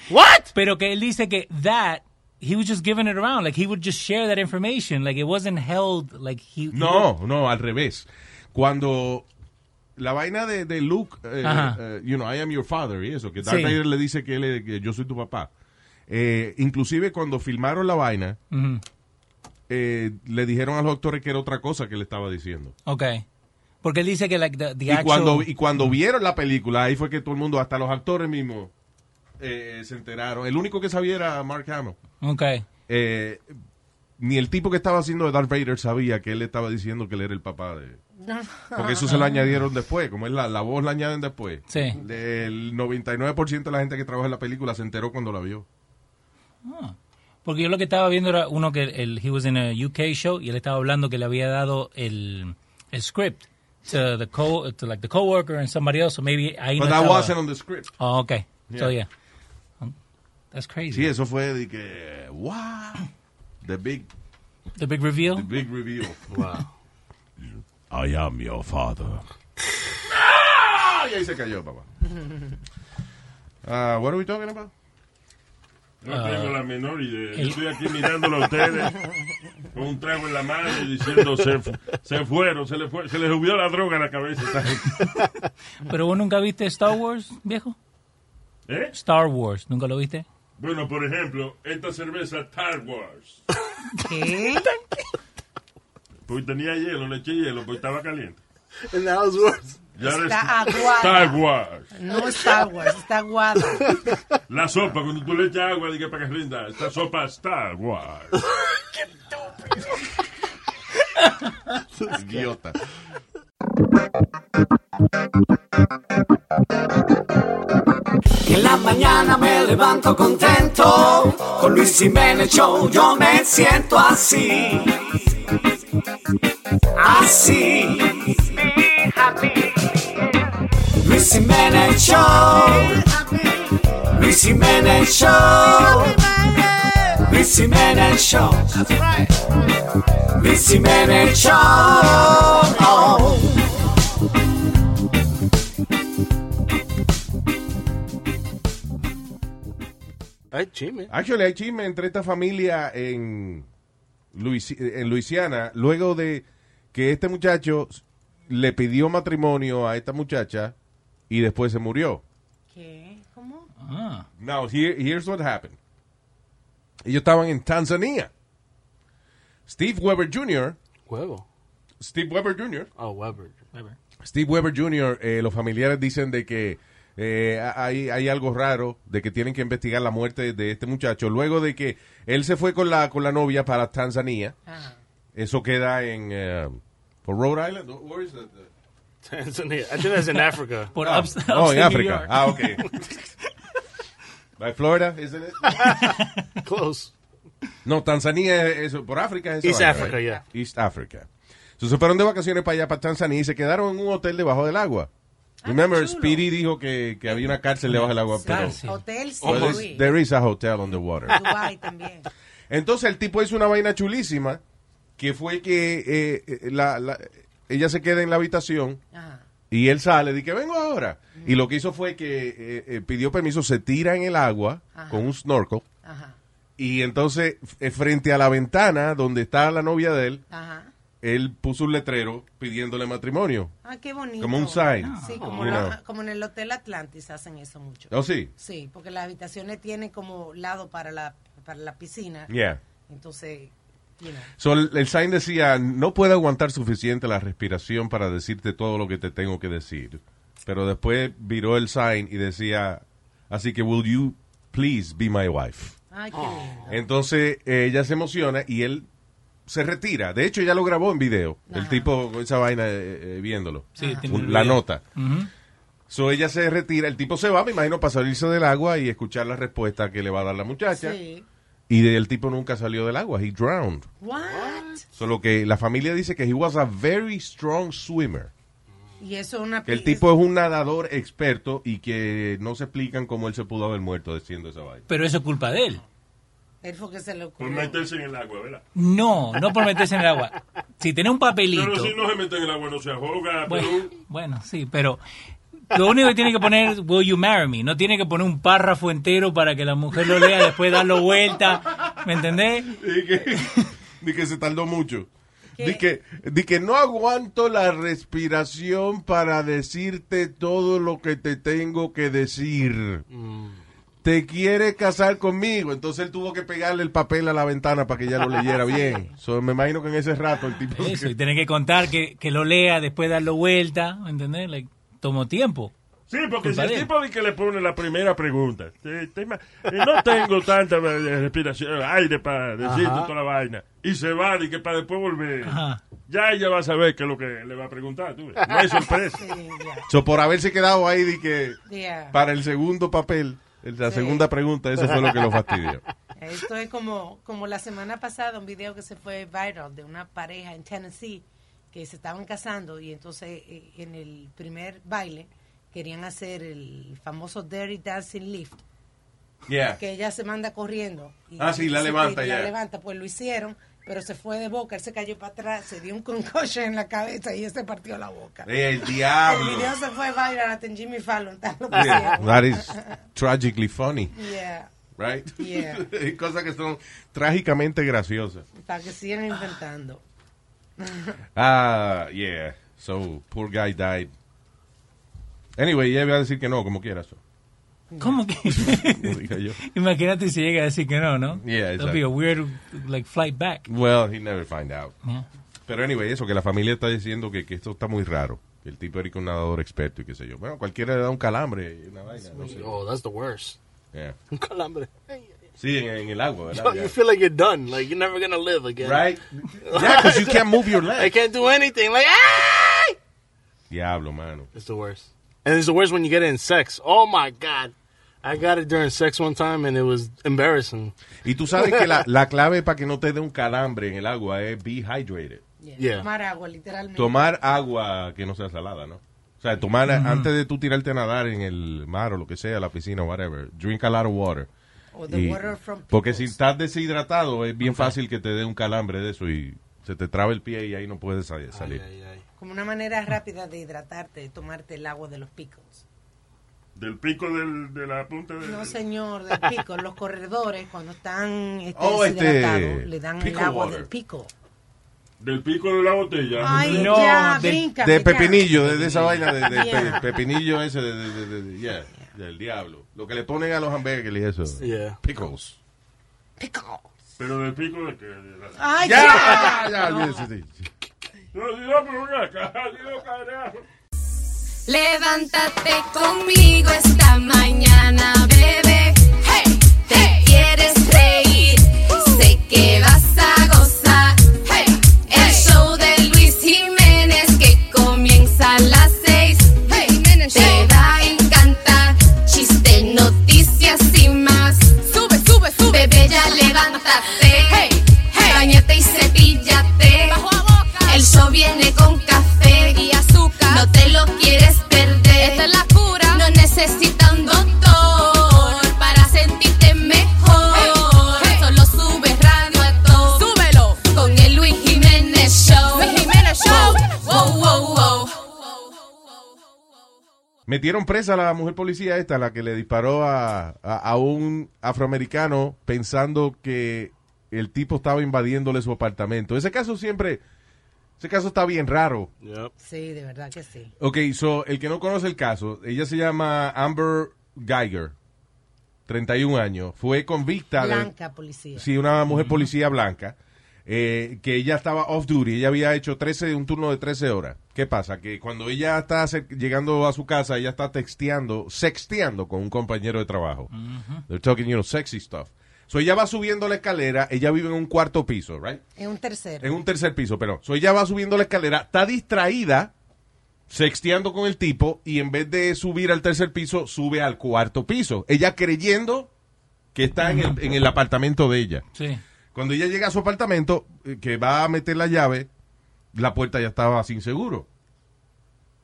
Speaker 6: What?
Speaker 7: Pero que él dice que that, he was just giving it around. Like, he would just share that information. Like, it wasn't held, like, he...
Speaker 3: No, no, al revés. Cuando la vaina de, de Luke, eh,
Speaker 7: Ajá.
Speaker 3: eh, you know, I am your father, y eso, que Darth
Speaker 7: Sí.
Speaker 3: Vader le dice que, él es- que yo soy tu papá. Eh, inclusive cuando filmaron la vaina,
Speaker 7: Mm.
Speaker 3: eh, le dijeron a los actores que era otra cosa que le estaba diciendo.
Speaker 7: Okay. Porque él dice que, like, the, the
Speaker 3: Y
Speaker 7: actual...
Speaker 3: cuando, y cuando vieron la película, ahí fue que todo el mundo, hasta los actores mismos, eh, se enteraron. El único que sabía era Mark Hamill.
Speaker 7: Okay.
Speaker 3: Eh, ni el tipo que estaba haciendo de Darth Vader sabía que él le estaba diciendo que él era el papá de... Porque eso se lo añadieron después, como es la, la voz la añaden después.
Speaker 7: Sí.
Speaker 3: El 99% de la gente que trabaja en la película se enteró cuando la vio.
Speaker 7: Ah. Porque yo lo que estaba viendo era uno que el, he was in a UK show y él estaba hablando que le había dado el, el script to the co to like the coworker and somebody else, so maybe ahí
Speaker 3: But
Speaker 7: no
Speaker 3: that
Speaker 7: estaba.
Speaker 3: wasn't on the script.
Speaker 7: Oh, okay. So yeah.
Speaker 3: Yeah.
Speaker 7: That's crazy.
Speaker 3: Sí, eso fue de que... ¡Wow! The big,
Speaker 7: The big reveal.
Speaker 3: the big reveal.
Speaker 6: Wow.
Speaker 3: I am your father. y ahí se cayó, papá. Ah, what are we talking about?
Speaker 9: No tengo la menor idea. Yo
Speaker 7: el-
Speaker 9: Estoy aquí mirándolo a ustedes con un trago en la mano y diciendo se, fu- se fueron, se les, fue, se les subió la droga a la cabeza. esta gente".
Speaker 7: Pero vos nunca viste Star Wars, viejo?
Speaker 9: ¿Eh?
Speaker 7: Star Wars, ¿nunca lo viste?
Speaker 9: Bueno, por ejemplo, esta cerveza Star Wars.
Speaker 8: ¿Qué?
Speaker 9: Pues tenía hielo, le eché hielo, pues estaba caliente.
Speaker 6: And that was worse.
Speaker 9: Y ahora
Speaker 8: Está
Speaker 9: es-
Speaker 8: aguada.
Speaker 9: Star Wars.
Speaker 8: No Star Wars, está aguada.
Speaker 9: La sopa, cuando tú le echas agua, diga para que rinda. Esta sopa Star Wars.
Speaker 3: Idiota.
Speaker 11: En la mañana me levanto contento, con Luis Jiménez Show yo me siento así. Así. Luis Jiménez Show. Luis Jiménez Show. Luis Jiménez Show. Luis Jiménez Show. Oh.
Speaker 6: Ay, chisme.
Speaker 3: Actually, hay chisme entre esta familia en, Luisi- en Luisiana, luego de que este muchacho le pidió matrimonio a esta muchacha y después se murió.
Speaker 8: ¿Qué? ¿Cómo?
Speaker 7: Ah.
Speaker 3: Now, here- here's what happened. Ellos estaban en Tanzania. Steve Weber Jr.,
Speaker 6: Huevo.
Speaker 3: Steve Weber Jr.,
Speaker 6: Oh, Weber.
Speaker 7: Weber.
Speaker 3: Steve Weber Jr., eh, los familiares dicen de que eh, hay, hay algo raro, de que tienen que investigar la muerte de este muchacho. Luego de que él se fue con la, con la novia para Tanzania,
Speaker 8: Ah.
Speaker 3: eso queda en eh, por Rhode Island. Where is that?
Speaker 6: Tanzania. I think that's in Africa.
Speaker 7: Por
Speaker 3: Ah,
Speaker 7: ups-
Speaker 3: oh, en
Speaker 7: upstate New
Speaker 3: África.
Speaker 7: York.
Speaker 3: Ah, ok. By Florida, isn't it?
Speaker 6: Close.
Speaker 3: No, Tanzania es eso, por África es esa
Speaker 6: East
Speaker 3: vaina,
Speaker 6: Africa,
Speaker 3: right?
Speaker 6: yeah.
Speaker 3: East Africa. So, se fueron de vacaciones para allá, para Tanzania, y se quedaron en un hotel debajo del agua.
Speaker 7: Ah,
Speaker 3: Remember,
Speaker 8: chulo.
Speaker 3: Speedy dijo que, que había una cárcel debajo del agua, pero...
Speaker 7: Cárcel.
Speaker 8: Hotel San
Speaker 3: Well, there's-
Speaker 8: Luis.
Speaker 3: there is a hotel on the water.
Speaker 8: Dubai también.
Speaker 3: Entonces el tipo hizo una vaina chulísima, que fue que eh, eh, la- la- ella se queda en la habitación
Speaker 8: Ajá.
Speaker 3: y él sale, dice, vengo ahora. Y lo que hizo fue que eh, eh, pidió permiso, se tira en el agua
Speaker 8: Ajá.
Speaker 3: con un snorkel.
Speaker 8: Ajá.
Speaker 3: Y entonces, f- eh, frente a la ventana donde está la novia de él,
Speaker 8: Ajá.
Speaker 3: él puso un letrero pidiéndole matrimonio.
Speaker 8: Ah, qué bonito.
Speaker 3: Como un sign.
Speaker 8: Sí,
Speaker 3: Ah.
Speaker 8: como,
Speaker 3: You
Speaker 8: lo-
Speaker 3: know.
Speaker 8: como en el Hotel Atlantis hacen eso mucho.
Speaker 3: ¿Oh, sí?
Speaker 8: Sí, porque las habitaciones tienen como lado para la, para la piscina.
Speaker 3: Yeah.
Speaker 8: Entonces, you know.
Speaker 3: So, el, el sign decía, no puedo aguantar suficiente la respiración para decirte todo lo que te tengo que decir. Pero después viró el sign y decía, así que, will you please be my wife?
Speaker 8: Ay, qué
Speaker 3: Oh.
Speaker 8: lindo.
Speaker 3: Entonces, eh, ella se emociona y él se retira. De hecho, ya lo grabó en video. El
Speaker 8: Ajá.
Speaker 3: tipo con esa vaina eh, eh, viéndolo.
Speaker 7: Sí, tiene
Speaker 3: Un-
Speaker 7: un
Speaker 3: la
Speaker 7: video.
Speaker 3: nota.
Speaker 7: Ujú.
Speaker 3: So, ella se retira. El tipo se va, me imagino, para salirse del agua y escuchar la respuesta que le va a dar la muchacha.
Speaker 8: Sí.
Speaker 3: Y de- el tipo nunca salió del agua. He drowned.
Speaker 8: What?
Speaker 3: Solo que la familia dice que he was a very strong swimmer.
Speaker 8: Y eso es una
Speaker 3: Que el
Speaker 8: pi-
Speaker 3: tipo es un nadador experto y que no se explican cómo él se pudo haber muerto diciendo esa vaina.
Speaker 7: Pero eso es culpa de él.
Speaker 8: Él fue que se lo
Speaker 9: Por meterse en el agua, ¿verdad?
Speaker 7: No, no por meterse en el agua. Si tiene un papelito.
Speaker 9: Pero si no se mete en el agua, no se ahoga.
Speaker 7: Bueno,
Speaker 9: Pero
Speaker 7: bueno, sí, pero lo único que tiene que poner es Will you marry me? No tiene que poner un párrafo entero para que la mujer lo lea, después darlo vuelta. ¿Me entendés?
Speaker 3: Di que, di que se tardó mucho.
Speaker 8: ¿Qué?
Speaker 3: Di que, di que no aguanto la respiración para decirte todo lo que te tengo que decir. Te quiere casar conmigo. Entonces él tuvo que pegarle el papel a la ventana para que ella lo leyera bien. So, me imagino que en ese rato el tipo...
Speaker 7: Eso, y tiene que contar que, que lo lea, después darlo vuelta. ¿Me entendés? Like, tomó tiempo.
Speaker 9: Sí, porque si
Speaker 12: Culpa
Speaker 9: el
Speaker 12: de él.
Speaker 9: tipo de que le pone la primera pregunta, te- te ima- eh, no tengo tanta eh, respiración, aire para decirte
Speaker 12: Ajá.
Speaker 9: toda la vaina, y se va, y que para después volver,
Speaker 12: Ajá.
Speaker 9: ya ella va a saber qué es lo que le va a preguntar, tú ves. no hay sorpresa.
Speaker 3: Pues, So, por haberse quedado ahí de que
Speaker 8: Yeah.
Speaker 3: para el segundo papel, el- la
Speaker 8: Sí.
Speaker 3: segunda pregunta, eso fue lo que lo fastidió.
Speaker 8: Esto es como, como la semana pasada, un video que se fue viral de una pareja en Tennessee que se estaban casando y entonces eh, en el primer baile querían hacer el famoso Dirty Dancing Lift,
Speaker 3: Yeah.
Speaker 8: que ella se manda corriendo. Y
Speaker 3: Ah, sí, la
Speaker 8: se-
Speaker 3: levanta
Speaker 8: La
Speaker 3: ya.
Speaker 8: levanta, pues lo hicieron, pero se fue de boca, él se cayó para atrás, se dio un concussion en la cabeza y él se partió la boca.
Speaker 3: El
Speaker 8: El
Speaker 3: diablo.
Speaker 8: video se fue viral hasta en Jimmy Fallon. tal, lo
Speaker 3: Yeah,
Speaker 8: pusieron.
Speaker 3: That is tragically funny,
Speaker 8: Yeah,
Speaker 3: right?
Speaker 8: Yeah.
Speaker 3: Cosas que son trágicamente graciosas.
Speaker 8: para que sigan inventando.
Speaker 3: Ah, yeah. So, poor guy died. Anyway, ya iba a decir que no, como quieras.
Speaker 7: ¿Cómo que?
Speaker 3: diga yo.
Speaker 7: Imagínate si llega a decir que no, ¿no?
Speaker 3: Yeah,
Speaker 7: That'd be
Speaker 3: exacto.
Speaker 7: a weird like flight back.
Speaker 3: Well, he never find out.
Speaker 7: Yeah.
Speaker 3: Pero anyway, eso, que la familia está diciendo que, que esto está muy raro. que El tipo era un nadador experto y qué sé yo. Bueno, cualquiera le da un calambre. y Una vaina, no sé.
Speaker 6: Oh, that's the worst.
Speaker 3: Yeah.
Speaker 6: Un calambre.
Speaker 3: Sí, en, en el agua, ¿verdad?
Speaker 6: Yo, you feel like you're done. Like you're never gonna live again.
Speaker 3: Right? Yeah, 'cause you can't move your leg.
Speaker 6: I can't do anything. Like ah!
Speaker 3: Diablo, mano.
Speaker 6: It's the worst. And it's the worst when you get it in sex. Oh my god. I got it during sex one time and it was embarrassing.
Speaker 3: Y tú sabes que la, la clave para que no te dé un calambre en el agua es be hydrated.
Speaker 6: Yeah.
Speaker 8: Tomar agua, literalmente.
Speaker 3: Tomar agua que no sea salada, ¿no? O sea, tomar,
Speaker 6: Mm-hmm.
Speaker 8: Ujú.
Speaker 3: antes de tú tirarte a nadar en el mar o lo que sea, la piscina, whatever, drink a lot of water.
Speaker 8: O the water from
Speaker 3: porque si estás deshidratado, es bien fácil que te dé un calambre de eso y se te traba el pie y ahí no puedes sa- salir.
Speaker 8: Como una manera rápida de hidratarte, de tomarte el agua de los picos.
Speaker 9: Del pico del, de la punta de...
Speaker 8: No, señor, del pico. Los corredores, cuando están este,
Speaker 9: Oh, este,
Speaker 8: deshidratados, le dan el
Speaker 9: pickle
Speaker 8: agua
Speaker 9: water.
Speaker 8: del pico.
Speaker 9: Del pico de la botella.
Speaker 8: Ay, No, ya,
Speaker 3: de,
Speaker 8: del- bríncame,
Speaker 3: de
Speaker 8: ya.
Speaker 3: pepinillo, de, de esa vaina, de, de
Speaker 8: Yeah.
Speaker 3: pe- pepinillo ese, de- de- de- de- yeah, del diablo. Lo que le ponen a los hamburgues y eso.
Speaker 6: Yeah.
Speaker 3: Pickles.
Speaker 9: Pero del pico de que... de la-
Speaker 8: Ay,
Speaker 9: ya.
Speaker 3: ya, ya,
Speaker 9: No.
Speaker 3: olvídese de-
Speaker 9: No, sí, no, pero ven acá, sí, no, carajo.
Speaker 10: Levántate conmigo esta mañana, bebé. Hey, te quieres reír, sé que vas a gozar. Hey, el show de Luis Jiménez que comienza a las seis. Hey, te va a encantar. Chiste, noticias y más. Sube, sube, sube. Bebé, ya levántate. Hey, hey. Bañate y cepíllate. El show viene con café y azúcar. No te lo quieres perder. Esta es la cura. No necesita un doctor para sentirte mejor. Solo sube radio a todo. Súbelo. Con el Luis Jiménez Show. Luis Jiménez Show. Wow, wow, wow.
Speaker 3: Metieron presa a la mujer policía esta, la que le disparó a, a- a un afroamericano pensando que el tipo estaba invadiéndole su apartamento. Ese caso siempre, ese caso está bien raro.
Speaker 8: Sí, de verdad que sí.
Speaker 3: Ok, so, el que no conoce el caso, ella se llama Amber Geiger, 31 años, fue convicta de...
Speaker 8: Blanca policía.
Speaker 3: Sí, una mujer policía blanca, eh, que ella estaba off duty, ella había hecho 13, un turno de 13 horas. ¿Qué pasa? Que cuando ella está acer- llegando a su casa, ella está texteando, sexteando con un compañero de trabajo. They're talking, you know, sexy stuff. So ella va subiendo la escalera, ella vive en un cuarto piso, right?
Speaker 8: Es un tercero.
Speaker 3: En un tercer piso, pero so ella va subiendo la escalera, está distraída, sexteando con el tipo, y en vez de subir al tercer piso, sube al cuarto piso. Ella creyendo que está en el, en el apartamento de ella.
Speaker 7: Sí.
Speaker 3: Cuando ella llega a su apartamento, eh, que va a meter la llave, la puerta ya estaba sin seguro.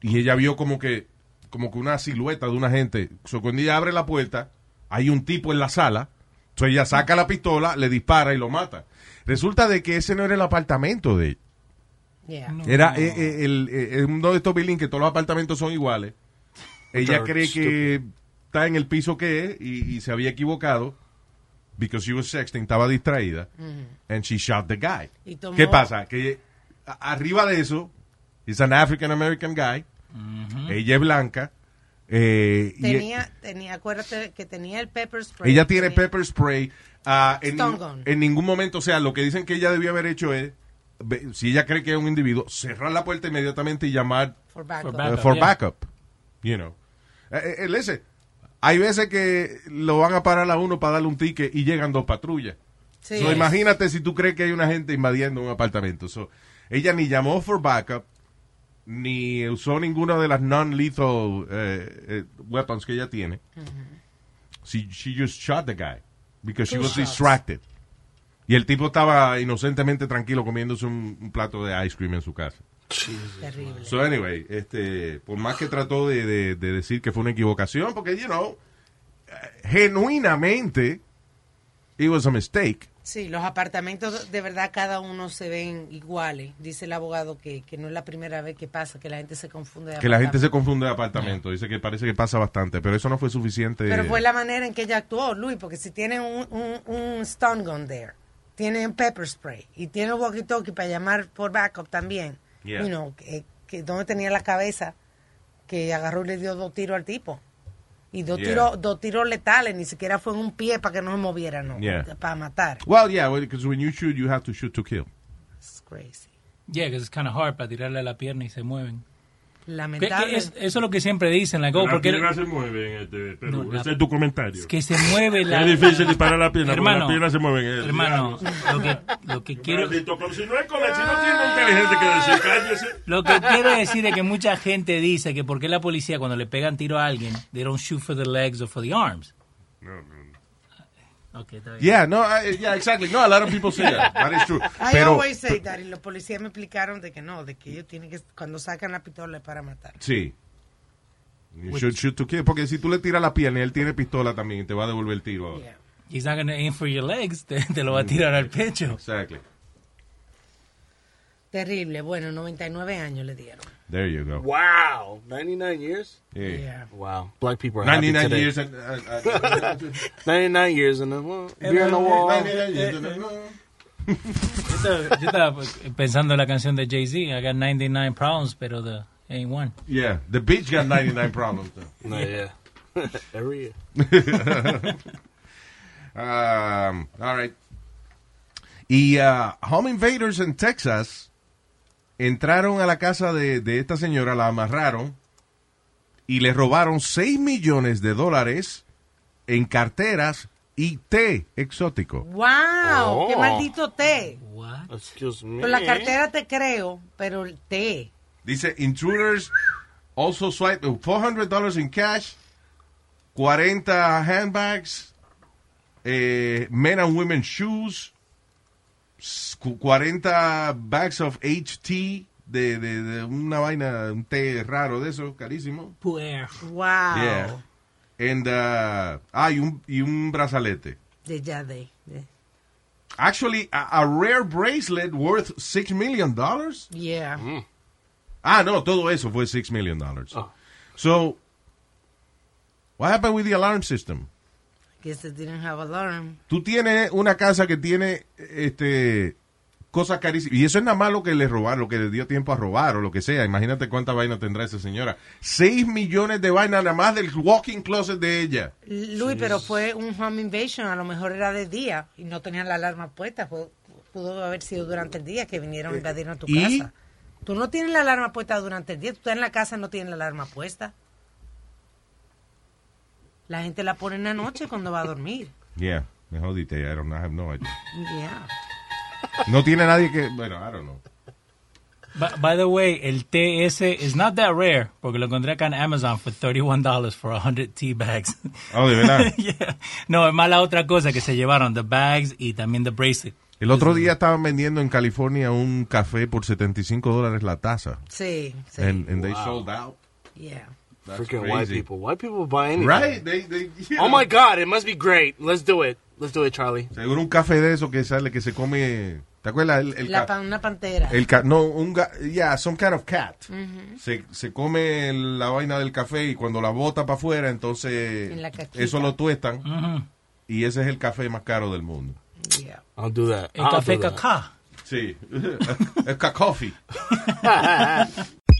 Speaker 3: Y ella vio como que, como que una silueta de una gente. So, cuando ella abre la puerta, hay un tipo en la sala. So, ella saca la pistola, le dispara y lo mata. Resulta de que ese no era el apartamento de ella.
Speaker 8: Yeah.
Speaker 5: Oh,
Speaker 3: Era eh, eh, el, eh, es uno de estos buildings que todos los apartamentos son iguales. Ella
Speaker 12: Dirt
Speaker 3: cree que está en el piso que es y, y se había equivocado. Because she was sexting, estaba distraída.
Speaker 12: Ujú.
Speaker 3: And she shot the guy.
Speaker 12: Y tomó-
Speaker 3: ¿Qué pasa? Que a- arriba de eso, es an African American guy. Ella es blanca. eh, y-
Speaker 8: Tenía, tenía, acuérdate que tenía el pepper spray.
Speaker 3: ella tiene pepper spray. ah, en,
Speaker 8: Stone gun.
Speaker 3: en ningún momento, o sea, lo que dicen que ella debió haber hecho es, ve- si ella cree que es un individuo, cerrar la puerta inmediatamente y llamar
Speaker 8: For backup.
Speaker 3: eh,
Speaker 8: For backup,
Speaker 3: for
Speaker 8: yeah.
Speaker 3: backup, you know. Eh, eh, listen, hay veces que lo van a parar a uno para darle un ticket y llegan dos patrullas.
Speaker 8: Sí.
Speaker 3: So, imagínate si tú crees que hay una gente invadiendo un apartamento. So, ella ni llamó for backup, ni usó ninguna de las non-lethal eh, eh, weapons que ella tiene.
Speaker 8: Mm-hmm.
Speaker 3: She, she just shot the guy because she
Speaker 12: Two
Speaker 3: was
Speaker 12: shots.
Speaker 3: distracted. Y el tipo estaba inocentemente tranquilo comiéndose un, un plato de ice cream en su casa.
Speaker 8: Terrible.
Speaker 3: So anyway, este, por más que trató de, de- de decir que fue una equivocación, porque you know, genuinamente it was a mistake.
Speaker 8: Sí, los apartamentos de verdad cada uno se ven iguales. Dice el abogado que, que no es la primera vez que pasa, que la gente se confunde. de
Speaker 3: Que la gente se
Speaker 8: apartamento.
Speaker 3: confunde de apartamento. Dice que parece que pasa bastante, pero eso no fue suficiente.
Speaker 8: Pero fue la manera en que ella actuó, Luis, porque si tienen un, un, un stun gun there, tienen pepper spray y tienen walkie-talkie para llamar por backup también.
Speaker 3: Yeah.
Speaker 8: You know, que, que donde tenía la cabeza, que agarró y le dio dos tiros al tipo. Y dos
Speaker 3: Yeah.
Speaker 8: tiros dos tiros letales, ni siquiera fue en un pie para que no se moviera, no,
Speaker 3: Yeah.
Speaker 8: para matar.
Speaker 3: Well, yeah, because when you shoot, you have to shoot to kill.
Speaker 8: It's crazy.
Speaker 7: Yeah, because it's kind of hard para tirarle a la pierna y se mueven. Que-
Speaker 8: Lamentable.
Speaker 7: que es- eso es lo que siempre dicen, like, oh,
Speaker 9: La
Speaker 7: porque
Speaker 9: pierna se mueve en este, pero
Speaker 7: No, la-
Speaker 9: ese es tu comentario.
Speaker 7: que se mueve la...
Speaker 9: Es difícil disparar la pierna, porque
Speaker 7: Hermano,
Speaker 9: la pierna se mueve en el
Speaker 7: hermano,
Speaker 9: diablo.
Speaker 7: lo que, lo que quiero...
Speaker 9: Maldito, como si no es cola, si no tiene
Speaker 7: Ah.
Speaker 9: inteligente que decir, cállese.
Speaker 7: Lo que quiero decir es que mucha gente dice que por qué la policía cuando le pegan tiro a alguien, they don't shoot for the legs or for the arms.
Speaker 9: No, no, no.
Speaker 7: Uh, Okay, está bien.
Speaker 3: Yeah, no, I- yeah, exactly. No, a lot of people say that. That is true.
Speaker 8: I
Speaker 3: Pero,
Speaker 8: always say that, y los policías me explicaron de que no, de que ellos tienen que, cuando sacan la pistola es para matar.
Speaker 3: sí. You should shoot to kill. Porque si tú le tiras la pierna y él tiene pistola también, y te va a devolver el tiro.
Speaker 7: He's not gonna aim for your legs, te, te lo va a tirar al pecho.
Speaker 3: Mm. Exactly.
Speaker 8: Terrible, bueno, 99 años le dieron.
Speaker 3: There you go.
Speaker 6: Wow, 99 years?
Speaker 3: Yeah.
Speaker 6: Wow. Black people are
Speaker 3: 99
Speaker 6: happy today.
Speaker 3: years and, uh, uh,
Speaker 6: 99 years and then, well, beer on the wall.
Speaker 7: Yo estaba, yo estaba pues, pensando en la canción de Jay-Z, I got 99 problems, pero the ain't one.
Speaker 3: Yeah, the bitch got 99 problems. though.
Speaker 6: No, yeah. Every year.
Speaker 3: um, all right. Y uh, Home Invaders en Texas entraron a la casa de, de esta señora, la amarraron y le robaron 6 millones de dólares en carteras y té exótico.
Speaker 8: ¡Wow!
Speaker 3: Oh.
Speaker 8: ¡Qué maldito té!
Speaker 6: Excuse me.
Speaker 8: Con la cartera te creo, pero el té.
Speaker 3: Dice, intruders also uh, swiped $400 in cash, 40 handbags, eh, men and women shoes, s- cu- 40 bags of HT, de, de, de una vaina, un té raro de eso, carísimo.
Speaker 8: ¡Wow!
Speaker 3: Yeah. And, uh, ah, y un, y un brazalete.
Speaker 8: De ya de. de-
Speaker 3: Actually, a, a rare bracelet worth $6 million.
Speaker 8: Yeah.
Speaker 3: Mm. Ah, no, todo eso fue $6 million. So, what happened with the alarm system?
Speaker 8: Guess they este didn't have alarm.
Speaker 3: Tú tienes una casa que tiene este cosas carísimas. Y eso es nada más lo que le robaron, lo que le dio tiempo a robar o lo que sea. Imagínate cuánta vaina tendrá esa señora. 6 millones de vainas nada más del walking closet de ella.
Speaker 8: Luis, pero fue un home invasion, a lo mejor era de día y no tenían la alarma puesta. fue- pudo haber sido durante el día que vinieron y invadieron tu
Speaker 3: Eh, ¿y?
Speaker 8: casa. Tú no tienes la alarma puesta durante el día, tú estás en la casa no tienes la alarma puesta. La gente la pone en la noche cuando va a dormir.
Speaker 3: Yeah, me jodiste. I don't know, I have no idea.
Speaker 8: Yeah.
Speaker 3: No tiene nadie que. Bueno, I don't know.
Speaker 7: By, by the way, el té ese is not that rare, porque lo encontré acá en Amazon for $31 for 100 tea bags.
Speaker 3: Oh, de verdad.
Speaker 7: Yeah. No, es más la otra cosa que se llevaron, the bags y también the bracelet.
Speaker 3: El otro día estaban vendiendo en California un café por 75 dólares la taza.
Speaker 8: Sí, sí.
Speaker 3: And, and they
Speaker 6: Wow.
Speaker 3: sold out.
Speaker 8: Yeah.
Speaker 3: That's
Speaker 6: Freaking white
Speaker 3: crazy.
Speaker 6: people. White people buy anything.
Speaker 3: Right? They, they, you
Speaker 6: Oh
Speaker 3: know.
Speaker 6: my God, it must be great. Let's do it. Let's do it, Charlie.
Speaker 3: Seguro un café de eso que sale, que se come. ¿Te acuerdas? El, el
Speaker 8: La
Speaker 3: ca-
Speaker 8: pan- una pantera.
Speaker 3: el ca- no, un ga- yeah, some kind of cat.
Speaker 8: Ujú.
Speaker 3: Se, se come la vaina del café y cuando la bota para afuera, entonces
Speaker 8: En la cajita.
Speaker 3: eso lo tuestan
Speaker 7: Ujú.
Speaker 3: y ese es el café más caro del mundo.
Speaker 8: Yeah.
Speaker 6: I'll do that.
Speaker 7: El
Speaker 6: I'll
Speaker 7: café
Speaker 6: do that.
Speaker 7: cacá.
Speaker 3: Sí, el cacofi.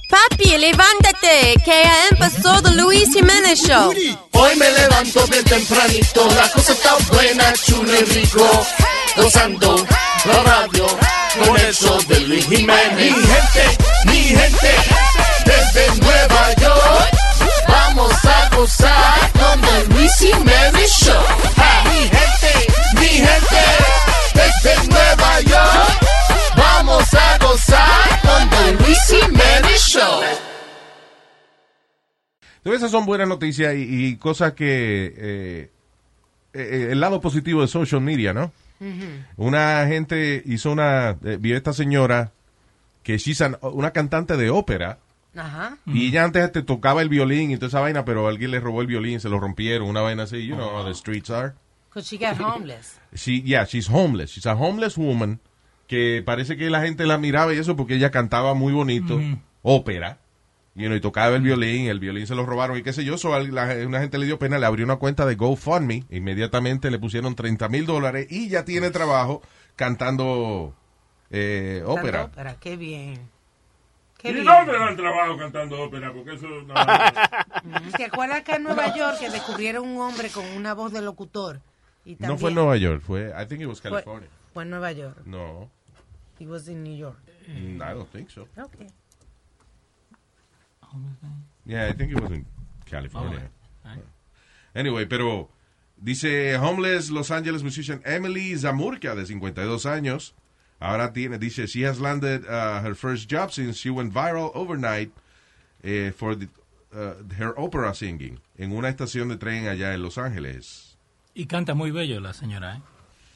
Speaker 10: Papi, levántate, que ha empezado Luis Jiménez Show.
Speaker 13: Hoy me levanto bien tempranito, la cosa está buena, chulo y rico. Gozando la radio con el show de Luis Jiménez. Mi gente, mi gente, desde Nueva York. Vamos
Speaker 5: vamos a gozar con el Luis Jiménez Show. Ah, Mi gente, mi gente, desde Nueva York, vamos a gozar con el Luis Jiménez Show.
Speaker 3: Entonces, esas son buenas noticias y, y cosas que... eh, eh, el lado positivo de social media, ¿no? Una gente hizo una... eh, vio esta señora que she's an- una cantante de ópera.
Speaker 8: Ajá.
Speaker 3: Y ella antes te tocaba el violín y toda esa vaina, pero alguien le robó el violín, se lo rompieron, una vaina así. You know how the streets are.
Speaker 8: Because she got homeless.
Speaker 3: She, yeah, she's homeless. She's a homeless woman que parece que la gente la miraba y eso porque ella cantaba muy bonito,
Speaker 14: Ujú.
Speaker 3: ópera, you know, y tocaba el violín, el violín se lo robaron y qué sé yo. So, al- la- una gente le dio pena, le abrió una cuenta de GoFundMe, inmediatamente le pusieron 30 mil dólares y ya tiene trabajo cantando eh, ópera.
Speaker 8: Ópera, qué bien. Qué
Speaker 9: ¿Y
Speaker 8: bien.
Speaker 9: dónde dan trabajo cantando ópera? Porque eso no.
Speaker 8: Mm. ¿Te acuerdas acá en Nueva York que descubrieron un hombre con una voz de locutor? Y
Speaker 3: No fue en Nueva York, fue, I think it was California.
Speaker 8: Fue, fue en Nueva York.
Speaker 3: No,
Speaker 8: He was in New York.
Speaker 3: I don't think so.
Speaker 8: Okay.
Speaker 3: Yeah, I think it was in
Speaker 7: Oh,
Speaker 3: California. Anyway, pero dice homeless Los Angeles musician Emily Zamurka de 52 años. Ahora tiene, dice, she has landed uh, her first job since she went viral overnight eh, for the, uh, her opera singing en una estación de tren allá en Los Ángeles.
Speaker 7: Y canta muy bello la señora, ¿eh?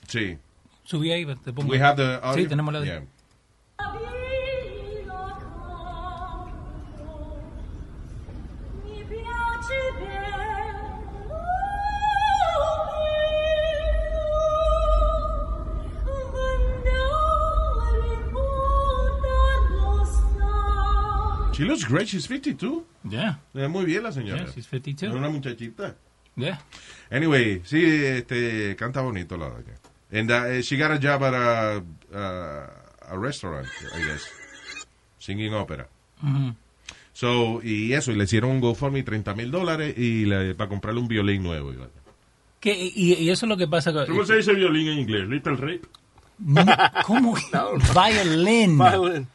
Speaker 3: Sí.
Speaker 7: Subí ahí, te pongo.
Speaker 3: We have the audio.
Speaker 7: Sí, tenemos la
Speaker 3: Yeah. She looks great. She's 52.
Speaker 7: Yeah.
Speaker 3: Eh, Muy bien la señora.
Speaker 7: Yeah, she's 52.
Speaker 3: Es una muchachita.
Speaker 7: Yeah.
Speaker 3: Anyway, sí, este, canta bonito la doña. And uh, she got a job at a, uh, a restaurant, I guess. Singing opera.
Speaker 7: Ujú.
Speaker 3: So, y eso, y le hicieron un GoFundMe 30 mil dólares y le- para comprarle un violín nuevo. y vaina.
Speaker 7: Que- y, y eso es lo que pasa con...
Speaker 9: ¿Cómo se dice violín en inglés? Little Rape.
Speaker 7: No, ¿Cómo? Violin.
Speaker 9: Violin.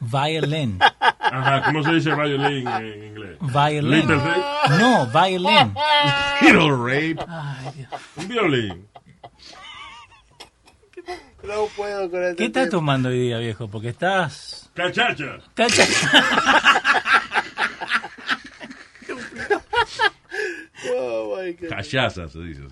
Speaker 7: Violin.
Speaker 9: Ajá, ¿cómo se dice violín en inglés?
Speaker 7: Violin.
Speaker 9: Little Rape.
Speaker 7: No, violin.
Speaker 3: Little Rape.
Speaker 7: Ay, Dios.
Speaker 9: Un violín.
Speaker 12: No puedo con este
Speaker 7: ¿Qué estás
Speaker 12: tipo.
Speaker 7: tomando hoy día, viejo? Porque estás...
Speaker 9: Cachacha.
Speaker 7: Cacha.
Speaker 12: Oh, my
Speaker 3: Mm-hmm.
Speaker 12: God.
Speaker 3: Cachaza, se dice.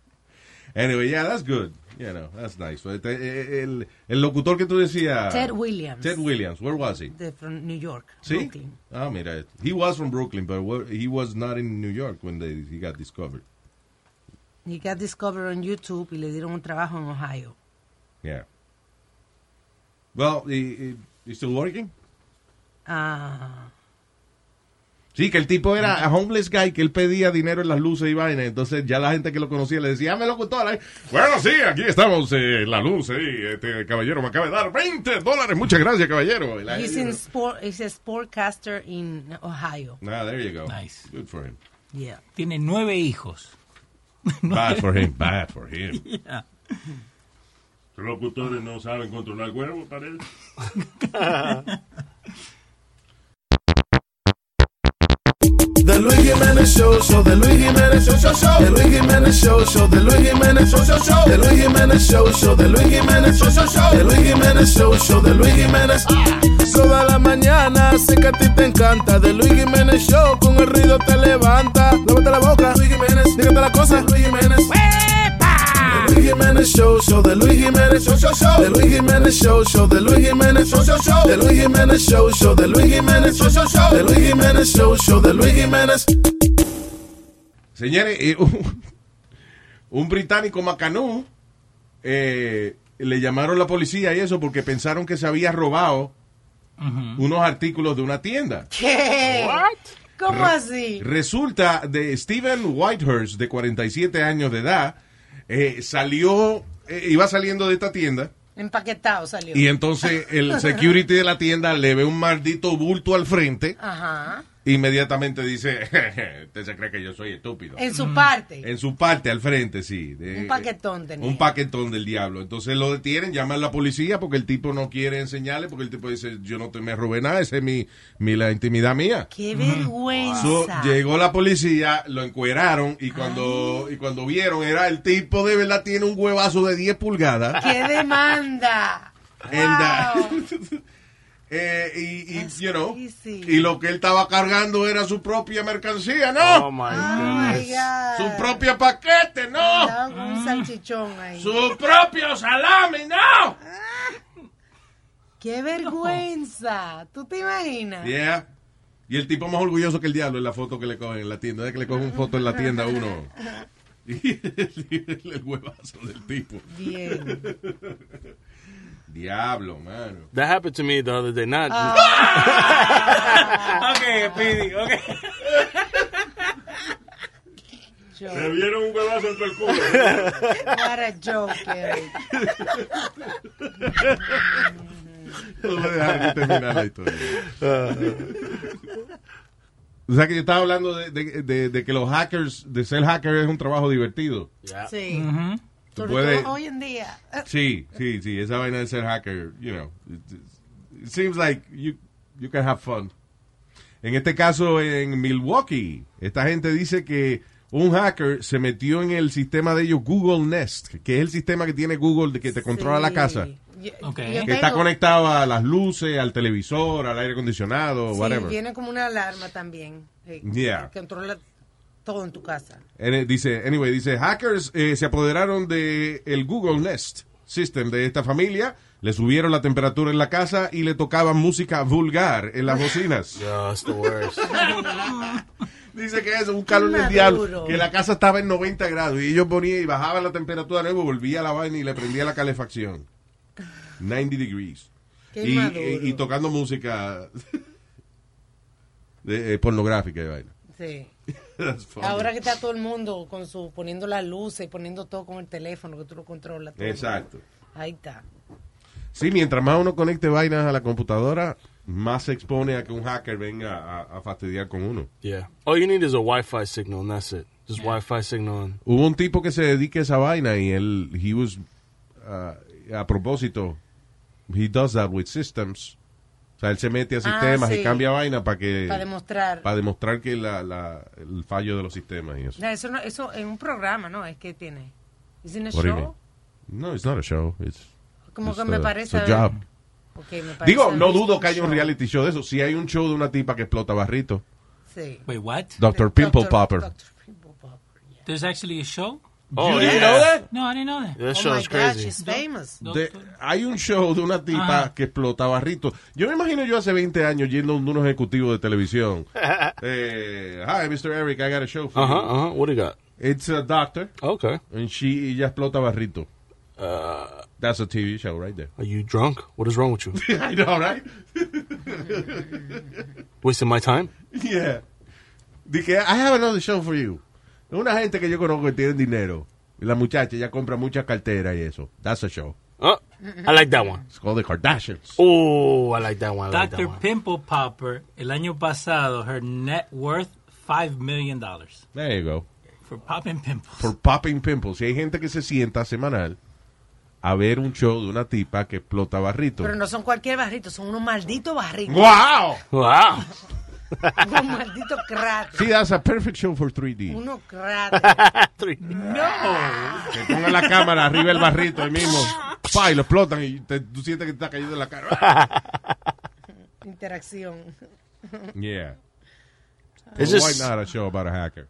Speaker 3: anyway, yeah, that's good. You know, that's nice. So, este, eh, el, el locutor que tú decías.
Speaker 8: Ted Williams.
Speaker 3: Ah, Ted Williams, where was he?
Speaker 8: De from New York.
Speaker 3: ¿Sí?
Speaker 8: Brooklyn.
Speaker 3: Ah, mira, he was from Brooklyn, but where- he was not in New York when they, he got discovered.
Speaker 8: He got discovered on YouTube y le dieron un trabajo en Ohio.
Speaker 3: Yeah. Well, he, he- he's still working.
Speaker 8: Ah,
Speaker 3: Sí, que el tipo era a homeless guy que él pedía dinero en las luces y vaina. Entonces ya la gente que lo conocía le decía, "Ah, "Hámelo con todo." Bueno, sí, aquí estamos eh, en la luz. eh, este caballero me acaba de dar 20 dólares. Muchas gracias, caballero. Y la-
Speaker 8: he's, in sport, he's a sportcaster in Ohio.
Speaker 3: Ah, there you go.
Speaker 7: Nice.
Speaker 3: Good for him.
Speaker 8: Yeah.
Speaker 7: Tiene nueve hijos.
Speaker 3: Bad for him. Bad for him.
Speaker 7: Yeah.
Speaker 9: Los locutores no saben controlar huevos, parece.
Speaker 15: The Luis Jiménez Show, show the Luis Jiménez Show, show, show. The Luis Jiménez Show, show the Luis Jiménez Show, show, show. The Luis Jiménez Show, show the Luis Jiménez Show, show, show. The Luis Jiménez Show, show the Luis Jiménez. Toda la mañana sé que a ti te encanta. The Luis Jiménez Show, con el ruido te levanta. Lávate la boca, Luis Jiménez. Dígate la cosa, Luis Jiménez. The Luis Jiménez Show, show the Luis Jiménez Show, show, show. The Luis Jiménez Show, show the Luis Jiménez Show, show, show. The Luis Jiménez Show, show the Luis Jiménez Show, show, show. The Luis Jiménez Show, show the Luis Jiménez.
Speaker 3: Señores, eh, un, un británico macanú eh, le llamaron la policía y eso porque pensaron que se había robado unos artículos de una tienda.
Speaker 8: ¿Qué? ¿Cómo así?
Speaker 3: Resulta de Steven Whitehurst, de 47 años de edad, eh, salió, eh, iba saliendo de esta tienda
Speaker 8: Empaquetado salió.
Speaker 3: y entonces el security de la tienda le ve un maldito bulto al frente
Speaker 8: Ajá.
Speaker 3: inmediatamente dice, usted se cree que yo soy estúpido.
Speaker 8: En su parte.
Speaker 3: En su parte, al frente, sí. De-
Speaker 8: Un paquetón tenía.
Speaker 3: Mm. Un paquetón del diablo. Entonces lo detienen, llaman a la policía porque el tipo no quiere enseñarle, porque el tipo dice, yo no te me robé nada, esa es mi, mi- la intimidad mía.
Speaker 8: Qué vergüenza.
Speaker 3: So, llegó la policía, lo encueraron y cuando, y cuando vieron era el tipo de verdad tiene un huevazo de 10 pulgadas.
Speaker 8: ¡Qué demanda!
Speaker 3: And, uh,
Speaker 8: Wow.
Speaker 3: eh, y, y, you know,
Speaker 8: crazy.
Speaker 3: y lo que él estaba cargando era su propia mercancía, ¿no?
Speaker 6: Oh, my
Speaker 8: my God.
Speaker 3: Su propio paquete, ¿no?
Speaker 8: Andaba con un salchichón ahí.
Speaker 3: Su propio salami, ¿no?
Speaker 8: ¡Qué vergüenza! ¿Tú te imaginas?
Speaker 3: Yeah. Y el tipo más orgulloso que el diablo en la foto que le cogen en la tienda. Es que le cogen una foto en la tienda a uno. Y el, el huevazo del tipo.
Speaker 8: Bien.
Speaker 3: Diablo, mano.
Speaker 6: That happened to me the other day. Not.
Speaker 5: Ah.
Speaker 7: Ok, Pidi, ok.
Speaker 9: Me vieron un huevazo entre el culo.
Speaker 8: What a joke, Eric.
Speaker 3: No me dejaron terminar la historia. O sea que yo estaba hablando de, de- de- de que los hackers, de ser hacker es un trabajo divertido.
Speaker 8: Sí.
Speaker 3: Tú
Speaker 8: Sobre
Speaker 3: puedes-
Speaker 8: todo hoy en día.
Speaker 3: Sí, sí, sí. Esa vaina de ser hacker, you know. It, it seems like you, you can have fun. En este caso, en Milwaukee, esta gente dice que un hacker se metió en el sistema de ellos Google Nest, que es el sistema que tiene Google de que te controla la casa.
Speaker 8: Yo-
Speaker 7: Ok.
Speaker 8: yo
Speaker 3: Que está
Speaker 8: tengo-
Speaker 3: conectado a las luces, al televisor, al aire acondicionado,
Speaker 8: Sí,
Speaker 3: whatever.
Speaker 8: tiene como una alarma también. eh,
Speaker 3: Yeah.
Speaker 8: Que controla todo en tu casa.
Speaker 3: And it dice, anyway, dice, hackers eh, se apoderaron de el Google Nest System de esta familia, le subieron la temperatura en la casa y le tocaban música vulgar en las bocinas.
Speaker 6: Yeah, it's the worst.
Speaker 3: Dice que es un calor del
Speaker 8: Maduro.
Speaker 3: diablo, que la casa estaba en 90 grados y ellos ponían y bajaban la temperatura luego volvía a la vaina y le prendía la calefacción. 90 degrees.
Speaker 8: Qué
Speaker 3: Y,
Speaker 8: maduro.
Speaker 3: y- y tocando música de, eh, pornográfica y vaina.
Speaker 8: Sí.
Speaker 3: That's funny.
Speaker 8: Ahora que está todo el mundo con su poniendo las luces, poniendo todo con el teléfono, que tú lo controlas. todo.
Speaker 3: Exacto.
Speaker 8: Ahí está.
Speaker 3: Sí, mientras más uno conecte vainas a la computadora, más se expone a que un hacker venga a, a fastidiar con uno.
Speaker 6: Yeah. All you need is a Wi-Fi signal, and that's it. Just Wi-Fi signal. And
Speaker 3: Hubo un tipo que se dedique a esa vaina y él, he was, uh, a propósito, he does that with systems. O sea, él se mete a
Speaker 8: Ah,
Speaker 3: sistemas
Speaker 8: sí.
Speaker 3: y cambia vaina para que...
Speaker 8: Para demostrar.
Speaker 3: Para demostrar que la, la- el fallo de los sistemas y eso.
Speaker 8: No, eso, no, eso es un programa, ¿no? Es que tiene. ¿Es un
Speaker 3: What do you
Speaker 8: show?
Speaker 3: mean? No, it's not a show. It's,
Speaker 8: Como
Speaker 3: it's
Speaker 8: que me
Speaker 3: a-
Speaker 8: parece.
Speaker 3: it's a job.
Speaker 8: Ok, me parece
Speaker 3: Digo, no
Speaker 8: un
Speaker 3: dudo que haya un
Speaker 8: show.
Speaker 3: reality show de eso. Si hay un show de una tipa que explota barrito.
Speaker 8: Sí.
Speaker 7: Wait, what?
Speaker 3: Dr. Pimple Popper.
Speaker 8: Dr. Pimple Popper.
Speaker 7: There's actually a show?
Speaker 6: Oh,
Speaker 3: You didn't
Speaker 6: yeah.
Speaker 3: know that?
Speaker 7: ¿Eh? No, I didn't know that.
Speaker 6: That
Speaker 8: Oh
Speaker 6: show
Speaker 8: my
Speaker 6: is
Speaker 8: God,
Speaker 6: crazy.
Speaker 8: she's famous.
Speaker 3: De- hay un show de una tipa
Speaker 7: Ajá.
Speaker 3: que explota barritos. Yo me imagino yo hace 20 años yendo a unos ejecutivos de televisión. Eh, Hi, Mr. Eric, I got a show for
Speaker 6: Uh huh.
Speaker 3: you.
Speaker 6: Uh huh. What do you got?
Speaker 3: It's a doctor,
Speaker 6: Okay.
Speaker 3: and she, ella explota barrito.
Speaker 6: Uh,
Speaker 3: That's a TV show right there.
Speaker 6: are you drunk? What is wrong with you?
Speaker 3: I know, right?
Speaker 6: Wasting my time?
Speaker 3: yeah. Dije, I have another show for you. Es una gente que yo conozco que tiene dinero. Y la muchacha ya compra muchas carteras y eso. That's a show.
Speaker 6: Oh, I like that one.
Speaker 3: It's called The Kardashians.
Speaker 6: Oh, I like that one. I like that
Speaker 7: Dr.
Speaker 6: one.
Speaker 7: Pimple Popper, el año pasado, her net worth $5 million dollars
Speaker 3: There you go.
Speaker 7: for popping pimples.
Speaker 3: por popping pimples. Si hay gente que se sienta semanal a ver un show de una tipa que explota barrito.
Speaker 8: Pero no son cualquier barrito, son unos malditos barritos.
Speaker 3: ¡Wow!
Speaker 6: Wow.
Speaker 8: unos malditos cráteres.
Speaker 3: Sí, that's a perfect show for 3D.
Speaker 8: Unos cráteres.
Speaker 6: Three.
Speaker 3: Que pongan la cámara arriba del barrito ahí mismo. Pa, y lo explotan y te- tú sientes que te está cayendo en la cara.
Speaker 8: Interacción.
Speaker 3: Yeah.
Speaker 6: It's
Speaker 3: Well, why
Speaker 6: just-
Speaker 3: not a show about a hacker?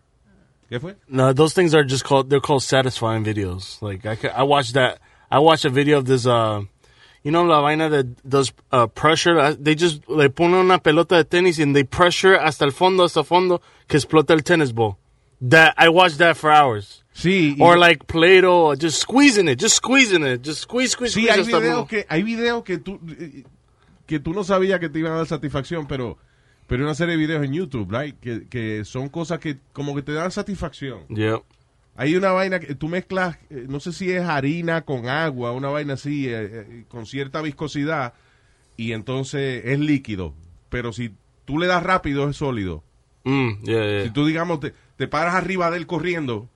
Speaker 3: ¿Qué fue?
Speaker 6: No, those things are just called. They're called satisfying videos. Like I, ca- I watched that. I watched a video of this. Uh, you know, la vaina that does uh, pressure. uh, They just le ponen una pelota de tenis and they pressure hasta el fondo, hasta el fondo, que explota el tennis ball. That I watched that for hours.
Speaker 3: Sí. y-
Speaker 6: Or like Play-Doh, just squeezing it, just squeezing it, just squeeze, squeeze,
Speaker 3: Sí,
Speaker 6: squeeze.
Speaker 3: hay
Speaker 6: hasta el
Speaker 3: videos
Speaker 6: fondo.
Speaker 3: que, hay videos que tú eh, que tú no sabías que te iban a dar satisfacción, pero pero hay una serie de videos en YouTube, right, que, que son cosas que como que te dan satisfacción.
Speaker 6: Yeah.
Speaker 3: Hay una vaina que tú mezclas, eh, no sé si es harina con agua, una vaina así, eh, eh, con cierta viscosidad, y entonces es líquido. Pero si tú le das rápido, es sólido.
Speaker 6: Mm,
Speaker 3: Si tú, digamos, te, te paras arriba de él corriendo,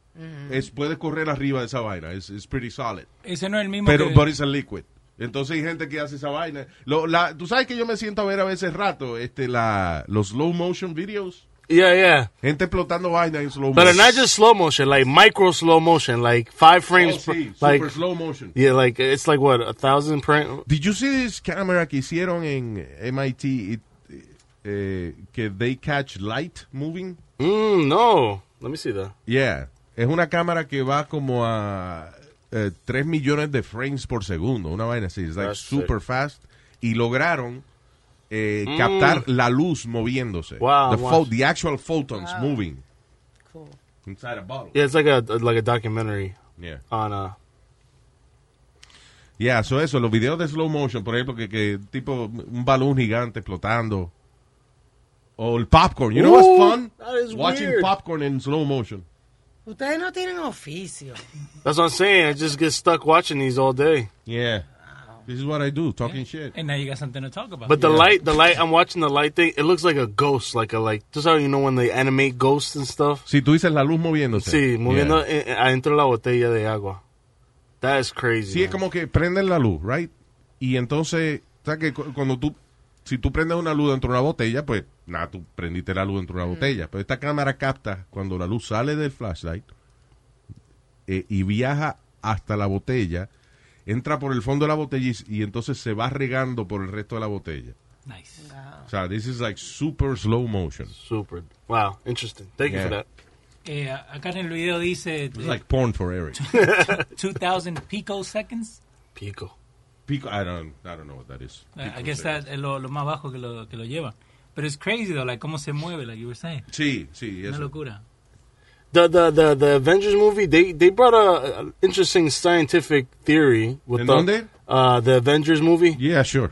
Speaker 3: es, puedes correr arriba de esa vaina. Es es pretty solid.
Speaker 7: Mm-hmm. Ese no es el mismo
Speaker 3: Pero,
Speaker 7: que-
Speaker 3: but it's a liquid. Entonces hay gente que hace esa vaina. Lo- la- tú sabes que yo me siento a ver a veces rato este, la, los slow motion videos.
Speaker 6: Yeah, yeah.
Speaker 3: Gente explotando vaina en slow motion.
Speaker 6: But not just slow motion, like micro slow motion, like five frames
Speaker 3: Oh,
Speaker 6: per,
Speaker 3: sí,
Speaker 6: like
Speaker 3: super slow motion.
Speaker 6: Yeah, like it's like what a thousand print.
Speaker 3: Did you see this camera que hicieron en MIT It- eh, que they catch light moving?
Speaker 6: Mm, no. Let me see that.
Speaker 3: Yeah. Es una cámara que va como a eh, 3 millones de frames por segundo, una vaina así. Es like
Speaker 6: That's
Speaker 3: super
Speaker 6: sick.
Speaker 3: fast. Y lograron eh,
Speaker 6: Mm.
Speaker 3: captar la luz moviéndose.
Speaker 6: Wow,
Speaker 3: the,
Speaker 6: wow.
Speaker 3: pho- the actual photons moving. Inside a bottle.
Speaker 6: Yeah, it's like a like a documentary.
Speaker 3: Yeah.
Speaker 6: On uh
Speaker 3: Yeah, so eso, los videos de slow motion, por ejemplo, que, que tipo un balón gigante explotando. O el popcorn. You know what's
Speaker 6: Ooh,
Speaker 3: fun?
Speaker 8: that is
Speaker 3: Watching
Speaker 8: weird.
Speaker 3: popcorn in slow motion.
Speaker 8: Ustedes no tienen oficio.
Speaker 6: that's what I'm saying. I just get stuck watching these all day.
Speaker 3: Yeah. This is what I do, talking shit.
Speaker 7: And now you got something to talk about.
Speaker 6: But the light, the light, I'm watching the light thing. It looks like a ghost, like a like. Just how you know when they animate ghosts and stuff.
Speaker 3: Si tú dices la luz moviéndose.
Speaker 6: Sí, moviendo
Speaker 3: Yeah.
Speaker 6: eh, eh, adentro la botella de agua. That is crazy.
Speaker 3: Sí, es como que prenden la luz, right? Y entonces, ¿sabes que cu- cuando tú, si tú prendes una luz dentro de una botella, pues nada, tú prendiste la luz dentro de una botella. Pero esta cámara capta cuando la luz sale del flashlight eh, y viaja hasta la botella, entra por el fondo de la botella y s- y, entonces se va regando por el resto de la botella.
Speaker 7: Nice.
Speaker 3: O sea, this is like super slow motion.
Speaker 6: Super. Wow, interesting. Thank you for
Speaker 3: Yeah.
Speaker 6: that.
Speaker 7: Eh, acá en el video dice eh,
Speaker 3: It's like porn for Eric.
Speaker 7: 2000 picoseconds.
Speaker 6: Pico.
Speaker 3: Pico, I don't, I don't know what that is.
Speaker 7: Eh, I guess that es lo, lo más bajo que lo, que lo lleva. Pero es crazy, though, like cómo se mueve, like you were saying.
Speaker 3: Sí, sí,
Speaker 7: Una
Speaker 3: eso.
Speaker 7: locura.
Speaker 6: The the the, the Avengers movie. They they brought a, a interesting scientific theory with
Speaker 3: ¿En
Speaker 6: the
Speaker 3: dónde?
Speaker 6: uh the Avengers movie.
Speaker 3: Yeah, sure.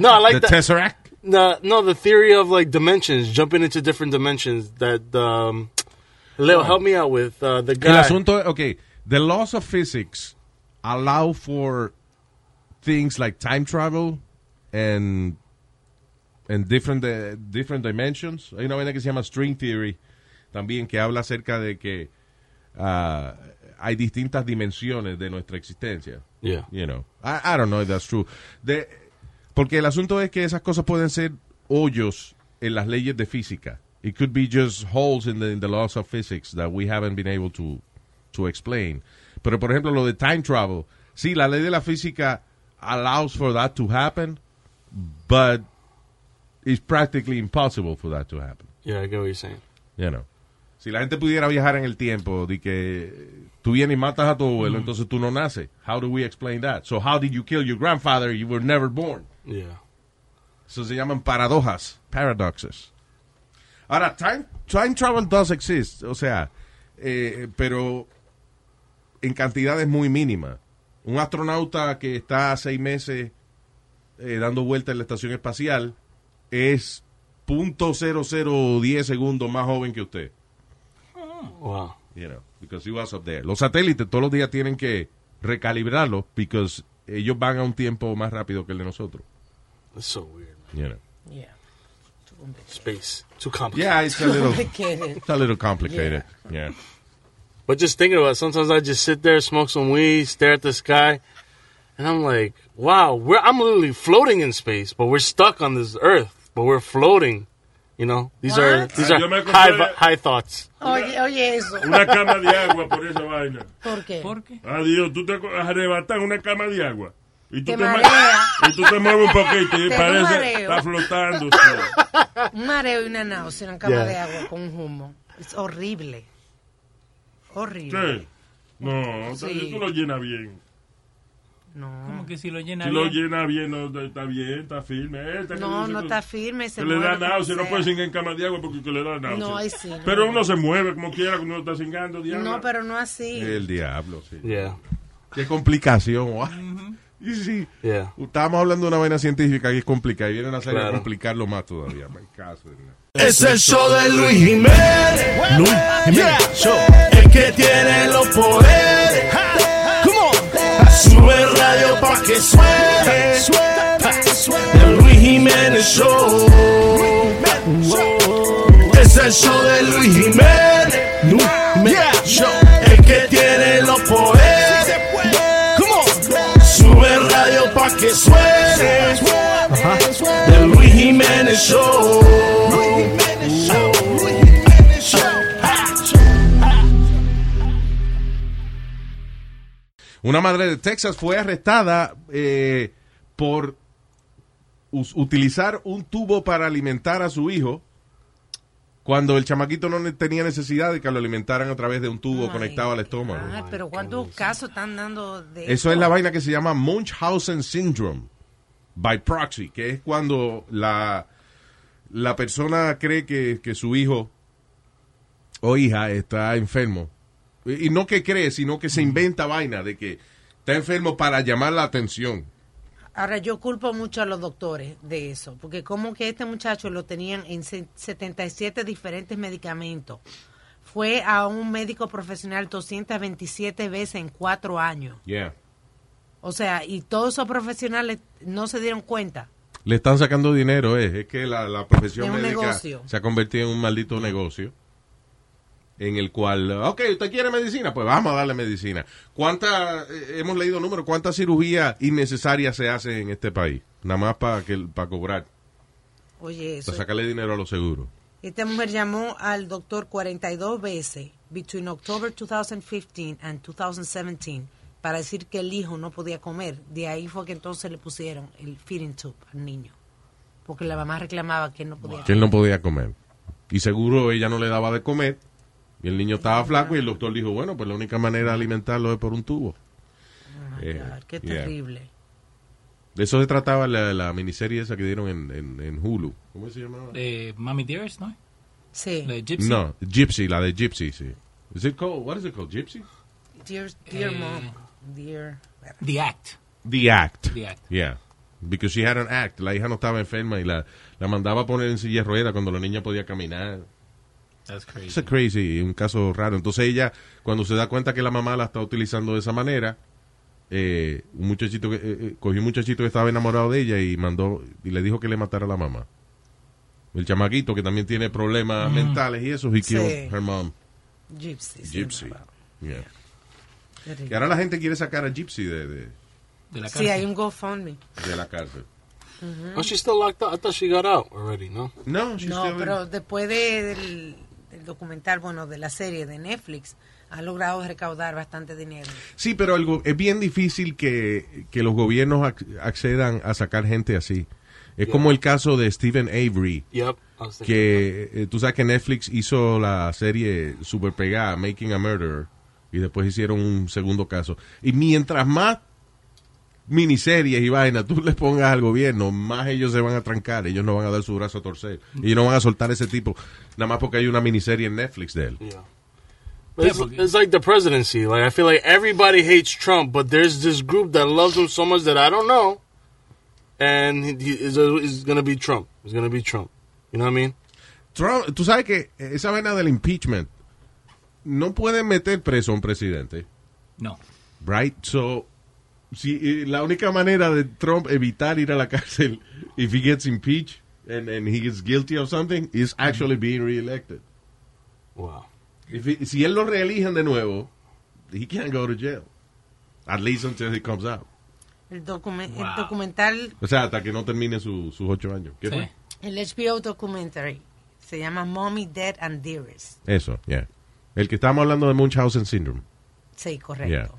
Speaker 6: No, I like
Speaker 3: The
Speaker 6: that.
Speaker 3: Tesseract?
Speaker 6: No, no, the theory of like dimensions, jumping into different dimensions. That um, Leo,
Speaker 3: Oh.
Speaker 6: help me out with uh, the
Speaker 3: El
Speaker 6: guy.
Speaker 3: asunto, ok, the laws of physics allow for things like time travel and and different eh, different dimensions. Hay una vaina que se llama string theory también que habla acerca de que ah, hay distintas dimensiones de nuestra existencia.
Speaker 6: Yeah.
Speaker 3: You know, I, I don't know if that's true. De- porque el asunto es que esas cosas pueden ser hoyos en las leyes de física. It could be just holes in the, in the laws of physics that we haven't been able to, to explain. Pero, por ejemplo, lo de time travel. Sí, la ley de la física allows for that to happen, but it's practically impossible for that to happen.
Speaker 6: yeah, I get what you're saying.
Speaker 3: You know. Si la gente pudiera viajar en el tiempo, de que eh, tú vienes y matas a tu abuelo, entonces tú no naces. How do we explain that? So how did you kill your grandfather? You were never born.
Speaker 6: Yeah.
Speaker 3: Eso se llaman paradojas, paradoxes. Ahora, time, time travel does exist, o sea, eh, pero en cantidades muy mínimas. Un astronauta que está seis meses eh, dando vueltas en la estación espacial es .0010 segundos más joven que usted.
Speaker 6: Wow.
Speaker 3: You know, because he was up there. Los satélites todos los días tienen que recalibrarlos because ellos van a un tiempo más rápido que el de nosotros.
Speaker 6: That's so weird.
Speaker 3: You know.
Speaker 8: Yeah.
Speaker 6: Space too complicated.
Speaker 3: Yeah, it's a little,
Speaker 8: Complicated.
Speaker 3: it's a little complicated. Yeah.
Speaker 6: But just thinking about it, sometimes I just sit there, smoke some weed, stare at the sky, and I'm like, wow, we're, I'm literally floating in space, but we're stuck on this earth, but we're floating. You know, these are
Speaker 8: What?
Speaker 6: these
Speaker 9: Ah,
Speaker 6: are
Speaker 9: yo me acordé
Speaker 6: high
Speaker 9: de-
Speaker 6: vi- high thoughts.
Speaker 8: Oye, oye eso.
Speaker 9: Una cama de agua por esa vaina.
Speaker 8: ¿Por qué?
Speaker 9: Adiós, tú te arrebatas una cama de agua. Y tú
Speaker 8: Te
Speaker 9: te, ma-
Speaker 8: marea.
Speaker 9: y tú te mueves un poquito y
Speaker 8: Te da un
Speaker 9: parece
Speaker 8: mareo.
Speaker 9: está flotando.
Speaker 8: Un mareo y una náusea, una cama
Speaker 9: Yeah.
Speaker 8: de agua con un humo. Es horrible. Horrible.
Speaker 9: Sí. No, sí.
Speaker 8: Sí.
Speaker 9: tú lo llenas bien.
Speaker 7: Como que si lo llena
Speaker 9: Ah. Si lo
Speaker 7: bien.
Speaker 9: llenas bien, no, está bien, está firme. Esta que
Speaker 8: No,
Speaker 9: dice
Speaker 8: no
Speaker 9: que-
Speaker 8: está firme, se
Speaker 9: que le
Speaker 8: mueve
Speaker 9: da
Speaker 8: como
Speaker 9: náusea, no
Speaker 8: sea.
Speaker 9: puede sin en cama de agua porque que le da náusea.
Speaker 8: No, ahí sí, no.
Speaker 9: Pero uno se mueve como quiera cuando uno está cingando, diablo.
Speaker 8: No, pero no así.
Speaker 3: El diablo, sí.
Speaker 6: Yeah,
Speaker 3: Qué complicación. guau. Y sí,
Speaker 6: yeah.
Speaker 3: estábamos hablando de una vaina científica que es complicada y vienen a hacer
Speaker 6: Claro.
Speaker 3: complicarlo más todavía. my God.
Speaker 5: Es el show de Luis Jiménez. Luis Jiménez Show. El que tiene los poderes. Come on. Sube el radio pa' que suene. El Luis Jiménez Show. el show de Luis Jiménez. Yeah. Show. El que tiene los poderes. Sube el radio pa' que suene. De Luis Jiménez Show.
Speaker 3: Una madre de Texas fue arrestada eh, por us- utilizar un tubo para alimentar a su hijo cuando el chamaquito no ne- tenía necesidad de que lo alimentaran a través de un tubo conectado al estómago.
Speaker 8: Ay, pero ¿cuántos casos están dando de
Speaker 3: Eso es la vaina que se llama Munchausen Syndrome by proxy, que es cuando la, la persona cree que, que su hijo o hija está enfermo. Y, y no que cree, sino que se inventa vaina de que está enfermo para llamar la atención.
Speaker 8: Ahora yo culpo mucho a los doctores de eso, porque como que este muchacho lo tenían en se- 77 diferentes medicamentos. Fue a un médico profesional 227 veces en cuatro años.
Speaker 3: Yeah.
Speaker 8: O sea, y todos esos profesionales no se dieron cuenta.
Speaker 3: Le están sacando dinero, eh. es que la, la profesión
Speaker 8: Es un
Speaker 3: médica
Speaker 8: negocio.
Speaker 3: se ha convertido en un maldito negocio en el cual, ok, usted quiere medicina, pues vamos a darle medicina. ¿Cuánta, eh, hemos leído números, cuántas cirugías innecesarias se hacen en este país? Nada más para que para cobrar,
Speaker 8: Oye, eso.
Speaker 3: para sacarle dinero a los seguros.
Speaker 8: Esta mujer llamó al doctor 42 veces between October 2015 and 2017 para decir que el hijo no podía comer. De ahí fue que entonces le pusieron el feeding tube al niño. Porque la mamá reclamaba que él no podía
Speaker 3: Que él no podía comer. Y seguro ella no le daba de comer. Y el niño
Speaker 8: Ah,
Speaker 3: estaba flaco y el doctor dijo, bueno, pues la única manera de alimentarlo es por un tubo. Eh,
Speaker 8: comer. Ah, Qué
Speaker 3: yeah.
Speaker 8: terrible.
Speaker 3: De eso se trataba la, la miniserie esa que dieron en, en, en Hulu. ¿Cómo se llamaba?
Speaker 7: De Eh, Mami Dearest, ¿no?
Speaker 8: Sí.
Speaker 7: De Gypsy.
Speaker 3: No, Gypsy, la de Gypsy, sí. Is it called, what is it called, Gypsy?
Speaker 8: Dear, dear
Speaker 7: Eh,
Speaker 8: mom. Dear.
Speaker 7: The Act.
Speaker 3: The Act.
Speaker 7: The Act.
Speaker 3: Yeah. Because she had an act. La hija no estaba enferma y la, la mandaba a poner en silla de ruedas cuando la niña podía caminar.
Speaker 7: That's crazy.
Speaker 3: It's a crazy, un caso raro. Entonces ella, cuando se da cuenta que la mamá la está utilizando de esa manera, eh, un muchachito que, eh, eh, cogió un muchachito que estaba enamorado de ella y mandó y le dijo que le matara a la mamá. El chamaquito que también tiene problemas
Speaker 8: Mm.
Speaker 3: mentales y eso, he
Speaker 8: Sí.
Speaker 3: killed her mom.
Speaker 8: Gypsy. sí,
Speaker 3: Gypsy. Yeah.
Speaker 8: terrible.
Speaker 3: Y ahora la gente quiere sacar a Gypsy de, de,
Speaker 8: Sí, hay un GoFundMe.
Speaker 3: de la cárcel.
Speaker 8: Ujú.
Speaker 6: Oh, she's still locked up. I thought she got out already, no?
Speaker 3: No,
Speaker 8: No, pero después de- del, del documental, bueno, de la serie de Netflix, ha logrado recaudar bastante dinero.
Speaker 3: Sí, pero el go- es bien difícil que, que los gobiernos ac- accedan a sacar gente así. Es
Speaker 6: Yeah.
Speaker 3: como el caso de Stephen Avery.
Speaker 6: Yep. I was thinking
Speaker 3: que eh, tú sabes que Netflix hizo la serie super pegada, Making a Murderer, y después hicieron un segundo caso. Y mientras más miniseries y vainas tú les pongas al gobierno, más ellos se van a trancar, ellos no van a dar su brazo a torcer,
Speaker 6: Mm.
Speaker 3: ellos no van a soltar ese tipo, nada más porque hay una miniserie en Netflix de él.
Speaker 6: Yeah. But It's, it's like the presidency. Like I feel like everybody hates Trump, but there's this group that loves him so much that I don't know, and he, he is, is gonna be Trump. It's gonna be Trump. You know what I mean?
Speaker 3: Trump- tú sabes que esa vaina del impeachment, no pueden meter preso a un presidente.
Speaker 7: No.
Speaker 3: Right? So, si, eh, la única manera de Trump evitar ir a la cárcel if he gets impeached and, and he is guilty of something is actually being reelected.
Speaker 6: Wow.
Speaker 3: If he- si él lo reeligen de nuevo, he can't go to jail. At least until he comes out.
Speaker 8: El, documen-
Speaker 7: Wow.
Speaker 8: el documental,
Speaker 3: O sea, hasta que no termine su- sus ocho años. ¿Qué fue?
Speaker 8: el HBO documentary, se llama Mommy, Dead and Dearest.
Speaker 3: Eso, yeah. El que estábamos hablando de Munchausen Syndrome.
Speaker 8: Sí, correcto.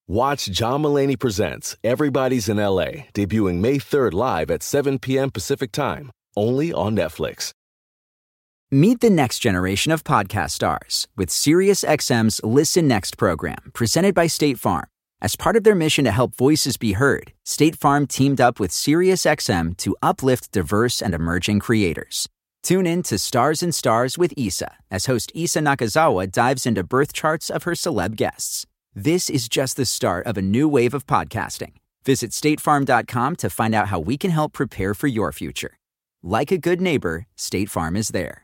Speaker 12: Watch John Mullaney Presents Everybody's in LA, debuting May 3rd live at 7 p.m. Pacific Time, only on Netflix.
Speaker 16: Meet the next generation of podcast stars with SiriusXM's Listen Next program, presented by State Farm. As part of their mission to help voices be heard, State Farm teamed up with SiriusXM to uplift diverse and emerging creators. Tune in to Stars and Stars with Issa as host Issa Nakazawa dives into birth charts of her celeb guests. This is just the start of a new wave of podcasting. Visit statefarm.com to find out how we can help prepare for your future. Like a good neighbor, State Farm is there.